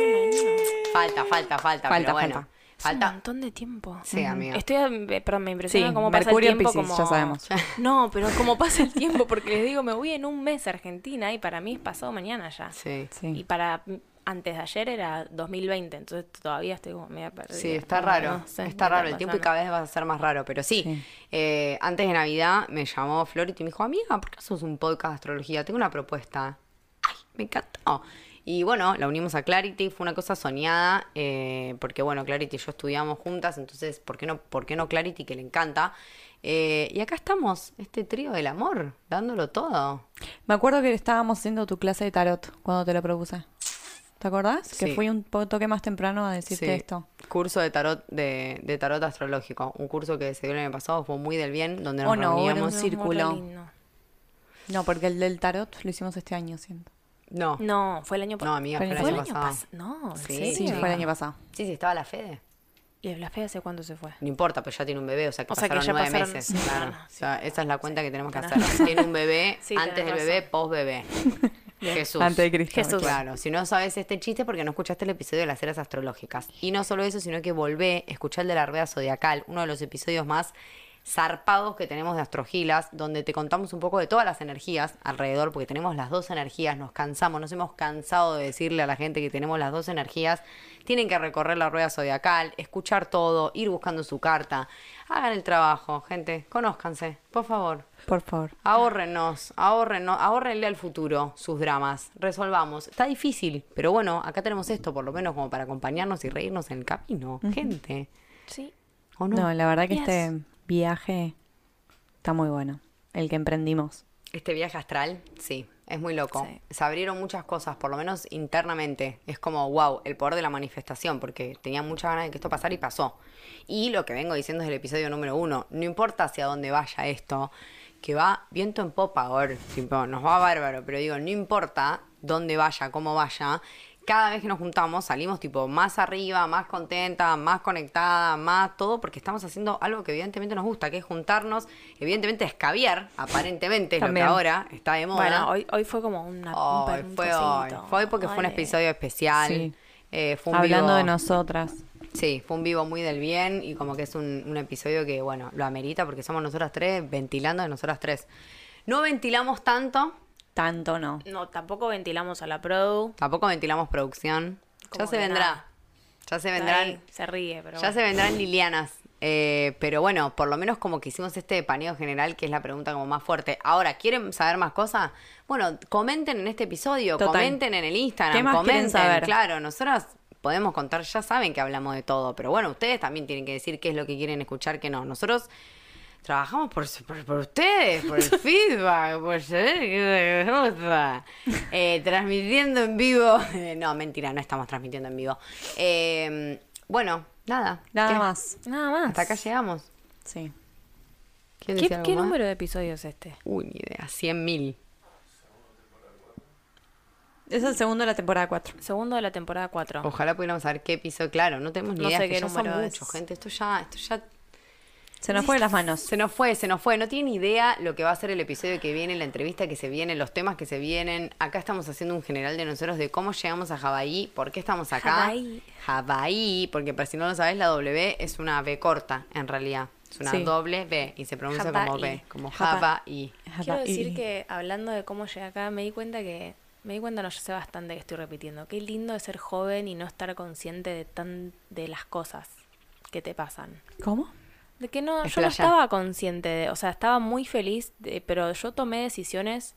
[SPEAKER 3] Falta, falta, falta,
[SPEAKER 2] Falta,
[SPEAKER 3] pero bueno.
[SPEAKER 1] Falta. Es un
[SPEAKER 3] Falta.
[SPEAKER 1] montón de tiempo.
[SPEAKER 3] Sí, amiga.
[SPEAKER 1] Estoy, eh, perdón, me impresiona
[SPEAKER 2] Sí,
[SPEAKER 1] cómo pasa el
[SPEAKER 2] Mercurio en
[SPEAKER 1] tiempo.
[SPEAKER 2] Piscis,
[SPEAKER 1] como...
[SPEAKER 2] ya sabemos.
[SPEAKER 1] No, pero cómo pasa el tiempo, porque les digo, me voy en un mes a Argentina y para mí es pasado mañana ya.
[SPEAKER 3] Sí.
[SPEAKER 2] Sí.
[SPEAKER 1] Y para mm, antes de ayer era 2020, entonces todavía estoy como media perdida.
[SPEAKER 3] Sí, está
[SPEAKER 1] No,
[SPEAKER 3] raro,
[SPEAKER 1] no sé,
[SPEAKER 3] está
[SPEAKER 1] me
[SPEAKER 3] raro, el tiempo y
[SPEAKER 1] pasando.
[SPEAKER 3] cada vez va a ser más raro, pero sí,
[SPEAKER 2] Sí.
[SPEAKER 3] eh, antes de Navidad me llamó Florito y me dijo, amiga, ¿por qué no sos un podcast de astrología? Tengo una propuesta. Ay, me encantó. Y bueno, la unimos a Clarity, fue una cosa soñada, eh, porque bueno, Clarity y yo estudiamos juntas, entonces, ¿por qué no, por qué no Clarity, que le encanta? Eh, y acá estamos, este trío del amor, dándolo todo.
[SPEAKER 2] Me acuerdo que estábamos haciendo tu clase de tarot cuando te lo propuse. ¿Te acordás? Que
[SPEAKER 3] Sí.
[SPEAKER 2] fui un po- toque más temprano a decirte
[SPEAKER 3] Sí.
[SPEAKER 2] esto.
[SPEAKER 3] Curso de tarot, de, de tarot astrológico. Un curso que se dio el año pasado, fue muy del bien, donde nos
[SPEAKER 2] Oh, no, era
[SPEAKER 3] reuníamos.
[SPEAKER 2] un-
[SPEAKER 1] No,
[SPEAKER 2] círculo.
[SPEAKER 1] muy lindo.
[SPEAKER 2] No, porque el del tarot lo hicimos este año, siento.
[SPEAKER 3] No, no,
[SPEAKER 1] No, fue el año pasado.
[SPEAKER 3] amiga, fue
[SPEAKER 2] Pero
[SPEAKER 3] el
[SPEAKER 1] ¿Fue
[SPEAKER 3] año pasado.
[SPEAKER 1] pas- No, ¿en
[SPEAKER 3] Sí,
[SPEAKER 2] Sí,
[SPEAKER 1] serio?
[SPEAKER 2] fue el año pasado.
[SPEAKER 3] Sí, sí, estaba la Fede.
[SPEAKER 1] ¿Y el Blasfeo hace cuánto se fue?
[SPEAKER 3] No importa, pero ya tiene un bebé, o sea que
[SPEAKER 1] O sea, que
[SPEAKER 3] pasaron
[SPEAKER 1] ya
[SPEAKER 3] nueve
[SPEAKER 1] pasaron-
[SPEAKER 3] meses.
[SPEAKER 1] sí,
[SPEAKER 3] claro.
[SPEAKER 1] claro,
[SPEAKER 3] O sea, esa es la cuenta que tenemos que
[SPEAKER 1] tenés
[SPEAKER 3] hacer. Tiene un bebé,
[SPEAKER 1] Sí,
[SPEAKER 3] antes del
[SPEAKER 1] tenés
[SPEAKER 3] bebé, post bebé. Jesús.
[SPEAKER 2] Antes de Cristo.
[SPEAKER 1] Jesús.
[SPEAKER 2] claro.
[SPEAKER 3] Claro, si no sabes este chiste porque no escuchaste el episodio de las eras astrológicas. Y no solo eso, sino que volvé, escuchá el de la rueda zodiacal, uno de los episodios más zarpados que tenemos de Astrogilas, donde te contamos un poco de todas las energías alrededor, porque tenemos las dos energías, nos cansamos, nos hemos cansado de decirle a la gente que tenemos las dos energías, tienen que recorrer la rueda zodiacal, escuchar todo, ir buscando su carta, hagan el trabajo, gente, conózcanse, por favor.
[SPEAKER 2] Por favor.
[SPEAKER 3] Ahórrenos, ahórrenos, ahórrenle al futuro sus dramas. Resolvamos. Está difícil, pero bueno, acá tenemos esto, por lo menos, como para acompañarnos y reírnos en el camino. Gente.
[SPEAKER 1] Sí.
[SPEAKER 3] ¿O no?
[SPEAKER 2] No, la verdad que
[SPEAKER 1] Yes.
[SPEAKER 2] este viaje está muy bueno. El que emprendimos.
[SPEAKER 3] Este viaje astral, sí, es muy loco.
[SPEAKER 1] Sí.
[SPEAKER 3] Se abrieron muchas cosas, por lo menos internamente. Es como, wow, el poder de la manifestación, porque tenía muchas ganas de que esto pasara y pasó. Y lo que vengo diciendo desde el episodio número uno, no importa hacia dónde vaya esto, que va viento en popa ahora, tipo, nos va bárbaro, pero digo, no importa dónde vaya, cómo vaya, cada vez que nos juntamos salimos tipo más arriba, más contenta, más conectada, más todo, porque estamos haciendo algo que evidentemente nos gusta, que es juntarnos, evidentemente escabiar, aparentemente es lo que
[SPEAKER 2] También.
[SPEAKER 3] ahora está de moda.
[SPEAKER 1] Bueno, hoy, hoy fue como una, un
[SPEAKER 3] Hoy,
[SPEAKER 1] per- un
[SPEAKER 3] fue hoy,
[SPEAKER 1] trocito.
[SPEAKER 3] fue hoy porque fue un
[SPEAKER 1] Dale.
[SPEAKER 3] episodio especial.
[SPEAKER 2] Sí.
[SPEAKER 3] eh, fue un
[SPEAKER 2] Hablando
[SPEAKER 3] vivo-
[SPEAKER 2] de nosotras.
[SPEAKER 3] Sí, fue un vivo muy del bien y como que es un, un episodio que, bueno, lo amerita porque somos nosotras tres ventilando de nosotras tres. No ventilamos tanto,
[SPEAKER 2] Tanto no.
[SPEAKER 1] No, tampoco ventilamos a la Produ.
[SPEAKER 3] tampoco ventilamos producción.
[SPEAKER 1] Como
[SPEAKER 3] Ya se
[SPEAKER 1] que
[SPEAKER 3] vendrá.
[SPEAKER 1] nada.
[SPEAKER 3] Ya se
[SPEAKER 1] Está
[SPEAKER 3] vendrán.
[SPEAKER 1] ahí, Se ríe, pero.
[SPEAKER 3] Ya
[SPEAKER 1] bueno.
[SPEAKER 3] se vendrán Lilianas. Eh, pero bueno, por lo menos como que hicimos este paneo general, que es la pregunta como más fuerte. Ahora, ¿quieren saber más cosas? Bueno, comenten en este episodio,
[SPEAKER 2] Total.
[SPEAKER 3] comenten en el Instagram,
[SPEAKER 2] ¿Qué más quieren
[SPEAKER 3] comenten.
[SPEAKER 2] saber?
[SPEAKER 3] Claro, nosotras podemos contar, ya saben que hablamos de todo, pero bueno, ustedes también tienen que decir qué es lo que quieren escuchar, qué no. Nosotros trabajamos por, por, por ustedes, por el feedback, por saber qué les gusta. Eh, transmitiendo en vivo. No, mentira, no estamos transmitiendo en vivo. Eh, bueno, nada.
[SPEAKER 2] Nada
[SPEAKER 3] ¿Qué?
[SPEAKER 2] más.
[SPEAKER 1] Nada más.
[SPEAKER 3] Hasta acá llegamos.
[SPEAKER 2] Sí.
[SPEAKER 1] ¿Qué,
[SPEAKER 3] ¿Quieren decir algo
[SPEAKER 1] qué
[SPEAKER 3] más?
[SPEAKER 1] número de episodios es este?
[SPEAKER 3] Uy, ni idea. 100.000.
[SPEAKER 2] Es el segundo de la temporada 4.
[SPEAKER 1] Segundo de la temporada 4.
[SPEAKER 3] Ojalá pudiéramos saber qué piso. Claro, no tenemos ni
[SPEAKER 1] No
[SPEAKER 3] idea.
[SPEAKER 1] sé
[SPEAKER 3] es que
[SPEAKER 1] qué
[SPEAKER 3] ya son
[SPEAKER 1] número es.
[SPEAKER 3] muchos, gente. Esto ya, esto ya
[SPEAKER 2] Se nos fue de las manos.
[SPEAKER 3] Se nos fue, se nos fue. No tienen idea lo que va a ser el episodio que viene, la entrevista que se viene, los temas que se vienen. Acá estamos haciendo un general de nosotros de cómo llegamos a Hawái, por qué estamos acá.
[SPEAKER 1] Hawái.
[SPEAKER 3] Hawái, porque para si no lo sabes, la W es una B corta, en realidad. Es una
[SPEAKER 2] Sí.
[SPEAKER 3] doble B y se pronuncia como
[SPEAKER 1] Hawái.
[SPEAKER 3] B, como
[SPEAKER 2] Hawái.
[SPEAKER 3] Hawái.
[SPEAKER 1] Quiero
[SPEAKER 2] Ajá, y-
[SPEAKER 1] decir que hablando de cómo llegué acá, me di cuenta que. Me di cuenta, no, yo sé bastante que estoy repitiendo. Qué lindo es ser joven y no estar consciente de tan de las cosas que te pasan.
[SPEAKER 2] ¿Cómo?
[SPEAKER 1] De que no, yo no
[SPEAKER 3] Explayá.
[SPEAKER 1] estaba consciente, de- o sea, estaba muy feliz, de- pero yo tomé decisiones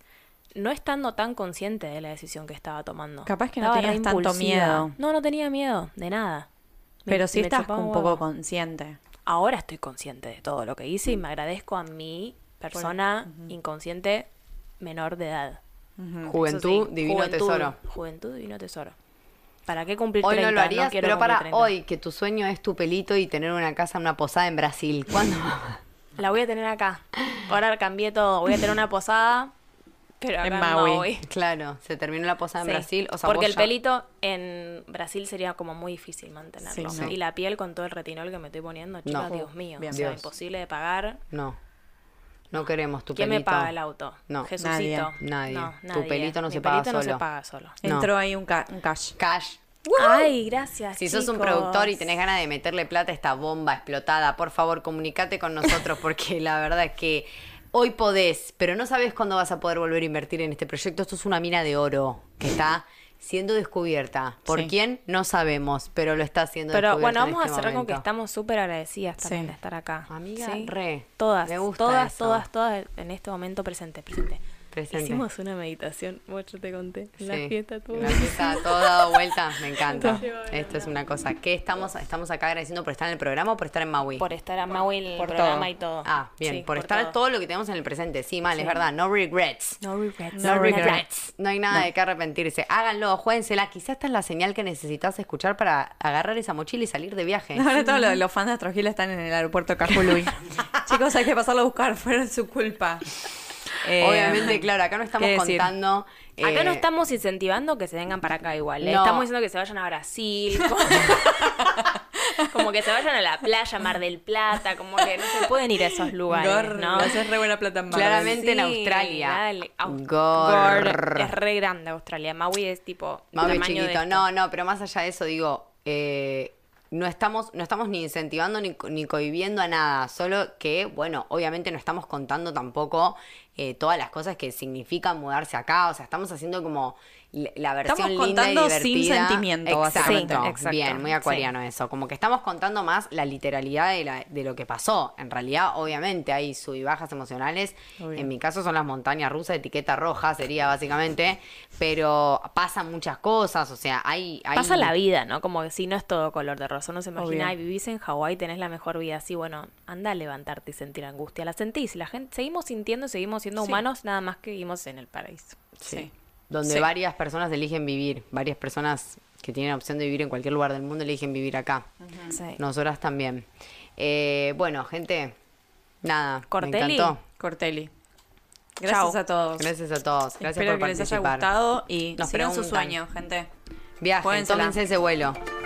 [SPEAKER 1] no estando tan consciente de la decisión que estaba tomando.
[SPEAKER 2] Capaz que no
[SPEAKER 1] Estaba re
[SPEAKER 2] tenías tanto
[SPEAKER 1] impulsiva.
[SPEAKER 2] miedo.
[SPEAKER 1] No, no tenía miedo, de nada. Me-
[SPEAKER 2] Pero sí
[SPEAKER 1] me
[SPEAKER 2] estás
[SPEAKER 1] chupaba
[SPEAKER 2] un
[SPEAKER 1] huevo.
[SPEAKER 2] poco consciente.
[SPEAKER 1] Ahora estoy consciente de todo lo que hice y me agradezco a mi persona inconsciente menor de edad.
[SPEAKER 3] Juventud,
[SPEAKER 1] Eso sí,
[SPEAKER 3] divino
[SPEAKER 1] juventud,
[SPEAKER 3] tesoro.
[SPEAKER 1] Juventud, divino tesoro. ¿Para qué cumplir
[SPEAKER 3] Hoy
[SPEAKER 1] 30?
[SPEAKER 3] no lo harías,
[SPEAKER 1] quiero
[SPEAKER 3] pero
[SPEAKER 1] cumplir
[SPEAKER 3] para
[SPEAKER 1] 30.
[SPEAKER 3] hoy, que tu sueño es tu pelito y tener una casa, una posada en Brasil. ¿Cuándo?
[SPEAKER 1] La voy a tener acá. Ahora cambié todo. Voy a tener una posada, pero acá
[SPEAKER 2] En
[SPEAKER 1] en
[SPEAKER 2] Maui.
[SPEAKER 1] Maui.
[SPEAKER 3] claro, se terminó la posada
[SPEAKER 1] Sí.
[SPEAKER 3] Ah, en Brasil. O sea,
[SPEAKER 1] Porque
[SPEAKER 3] vos
[SPEAKER 1] el
[SPEAKER 3] ya-
[SPEAKER 1] pelito en Brasil sería como muy difícil mantenerlo.
[SPEAKER 2] Sí, no.
[SPEAKER 1] Y la piel con todo el retinol que me estoy poniendo, chicos,
[SPEAKER 3] No.
[SPEAKER 1] Dios mío.
[SPEAKER 2] Bien.
[SPEAKER 1] O sea,
[SPEAKER 3] Dios.
[SPEAKER 1] imposible de pagar.
[SPEAKER 3] No. No queremos tu
[SPEAKER 1] ¿Quién
[SPEAKER 3] pelito.
[SPEAKER 1] me paga el auto?
[SPEAKER 3] No.
[SPEAKER 1] Jesucito.
[SPEAKER 3] Nadie. Nadie.
[SPEAKER 1] No,
[SPEAKER 3] Tu
[SPEAKER 1] nadie.
[SPEAKER 3] pelito no
[SPEAKER 1] Mi
[SPEAKER 3] se paga
[SPEAKER 1] pelito no
[SPEAKER 3] solo.
[SPEAKER 1] se paga solo.
[SPEAKER 3] No.
[SPEAKER 2] Entró ahí un, ca- un cash.
[SPEAKER 3] Cash.
[SPEAKER 1] Ay, gracias.
[SPEAKER 3] Si sos un
[SPEAKER 1] chicos.
[SPEAKER 3] productor y tenés ganas de meterle plata a esta bomba explotada, por favor, comunícate con nosotros porque la verdad es que hoy podés, pero no sabes cuándo vas a poder volver a invertir en este proyecto. Esto es una mina de oro que está siendo descubierta. ¿Por
[SPEAKER 2] Sí.
[SPEAKER 3] quién? No sabemos, pero lo está haciendo
[SPEAKER 1] Pero
[SPEAKER 3] descubierta
[SPEAKER 1] bueno,
[SPEAKER 3] en
[SPEAKER 1] vamos a
[SPEAKER 3] este
[SPEAKER 1] cerrar con que
[SPEAKER 3] momento.
[SPEAKER 1] estamos súper agradecidas también
[SPEAKER 2] Sí.
[SPEAKER 1] de estar acá.
[SPEAKER 3] Amiga,
[SPEAKER 1] ¿sí?
[SPEAKER 3] re.
[SPEAKER 1] Todas,
[SPEAKER 3] Me gusta
[SPEAKER 1] todas,
[SPEAKER 3] eso.
[SPEAKER 1] todas, todas en este momento presente, presente.
[SPEAKER 3] presente.
[SPEAKER 1] Hicimos una meditación, vos yo te conté. en La
[SPEAKER 3] Sí.
[SPEAKER 1] fiesta tuvo.
[SPEAKER 3] La fiesta, todo dado vuelta, me encanta.
[SPEAKER 1] Todo llevado de la
[SPEAKER 3] Esto es una cosa. que estamos, estamos acá agradeciendo por estar en el programa o por estar en Maui?
[SPEAKER 1] Por estar a Maui en el
[SPEAKER 2] por
[SPEAKER 1] programa
[SPEAKER 2] todo.
[SPEAKER 1] y todo.
[SPEAKER 3] Ah, bien,
[SPEAKER 1] Sí,
[SPEAKER 3] por, estar todo. lo que tenemos en el presente. Sí, mal, es verdad. No regrets.
[SPEAKER 1] No regrets.
[SPEAKER 3] No regrets. No hay nada de qué arrepentirse. Háganlo, juénsela. Quizás esta es la señal que necesitas escuchar para agarrar esa mochila y salir de viaje.
[SPEAKER 2] Ahora todos los, los fans de Astrogila están en el aeropuerto de Cajului. Chicos, hay que pasarlo a buscar, fueron su culpa. Eh,
[SPEAKER 3] Obviamente, claro, acá no estamos
[SPEAKER 2] ¿qué decir?
[SPEAKER 3] contando.
[SPEAKER 1] Acá
[SPEAKER 3] eh,
[SPEAKER 1] no estamos incentivando que se vengan para acá igual. Le
[SPEAKER 3] No.
[SPEAKER 1] Estamos diciendo que se vayan a Brasil. como- como que se vayan a la playa, Mar del Plata. Como que no se pueden ir a esos lugares,
[SPEAKER 2] Gordo,
[SPEAKER 1] ¿no?
[SPEAKER 2] haces re buena plata en Marvel.
[SPEAKER 3] Claramente. en
[SPEAKER 1] Sí,
[SPEAKER 3] Australia.
[SPEAKER 1] dale. Au-
[SPEAKER 3] Gor-
[SPEAKER 1] Gor- Es re grande Australia. Maui es tipo.
[SPEAKER 3] Mami
[SPEAKER 1] tamaño de
[SPEAKER 3] chiquito.
[SPEAKER 1] esto.
[SPEAKER 3] No, no, pero más allá de eso, digo, eh, no, estamos, no estamos ni incentivando ni, co- ni cohibiendo a nada. Solo que, bueno, obviamente no estamos contando tampoco eh, todas las cosas que significa mudarse acá. O sea, estamos haciendo como l- la versión
[SPEAKER 2] Estamos
[SPEAKER 3] linda y
[SPEAKER 2] contando sin
[SPEAKER 3] divertida.
[SPEAKER 2] sentimiento,
[SPEAKER 3] exacto,
[SPEAKER 2] básicamente.
[SPEAKER 1] Sí, exacto,
[SPEAKER 3] Bien, muy acuariano eso. Como que estamos contando más la literalidad de, la- de lo que pasó. En realidad, obviamente, hay sub y bajas emocionales.
[SPEAKER 2] Obvio.
[SPEAKER 3] En mi caso son las montañas rusas, etiqueta roja sería básicamente. Pero pasan muchas cosas, o sea, hay... hay-
[SPEAKER 1] Pasa la vida, ¿no? Como que si no es todo color de rosa. Uno se
[SPEAKER 2] Obvio.
[SPEAKER 1] imagina, "Ay, vivís en Hawái, tenés la mejor vida. Sí, bueno, anda a levantarte y sentir angustia. La sentís. La gente, seguimos sintiendo, seguimos siendo humanos, nada más que vivimos en el paraíso.
[SPEAKER 2] Sí.
[SPEAKER 3] Donde
[SPEAKER 2] Sí.
[SPEAKER 3] varias personas eligen vivir, varias personas que tienen la opción de vivir en cualquier lugar del mundo eligen vivir acá.
[SPEAKER 1] Sí.
[SPEAKER 3] Nosotras también. Eh, bueno, gente, nada, me
[SPEAKER 1] Corteli.
[SPEAKER 3] encantó.
[SPEAKER 2] Corteli. Gracias
[SPEAKER 1] Chau.
[SPEAKER 2] a todos.
[SPEAKER 3] Gracias a todos. Gracias
[SPEAKER 2] Espero
[SPEAKER 3] por
[SPEAKER 2] que les haya
[SPEAKER 3] participar.
[SPEAKER 2] gustado y
[SPEAKER 3] Nos
[SPEAKER 2] sigan su
[SPEAKER 3] preguntan.
[SPEAKER 2] sueño, gente.
[SPEAKER 3] Viajen,
[SPEAKER 2] Jódensela.
[SPEAKER 3] tómense ese vuelo.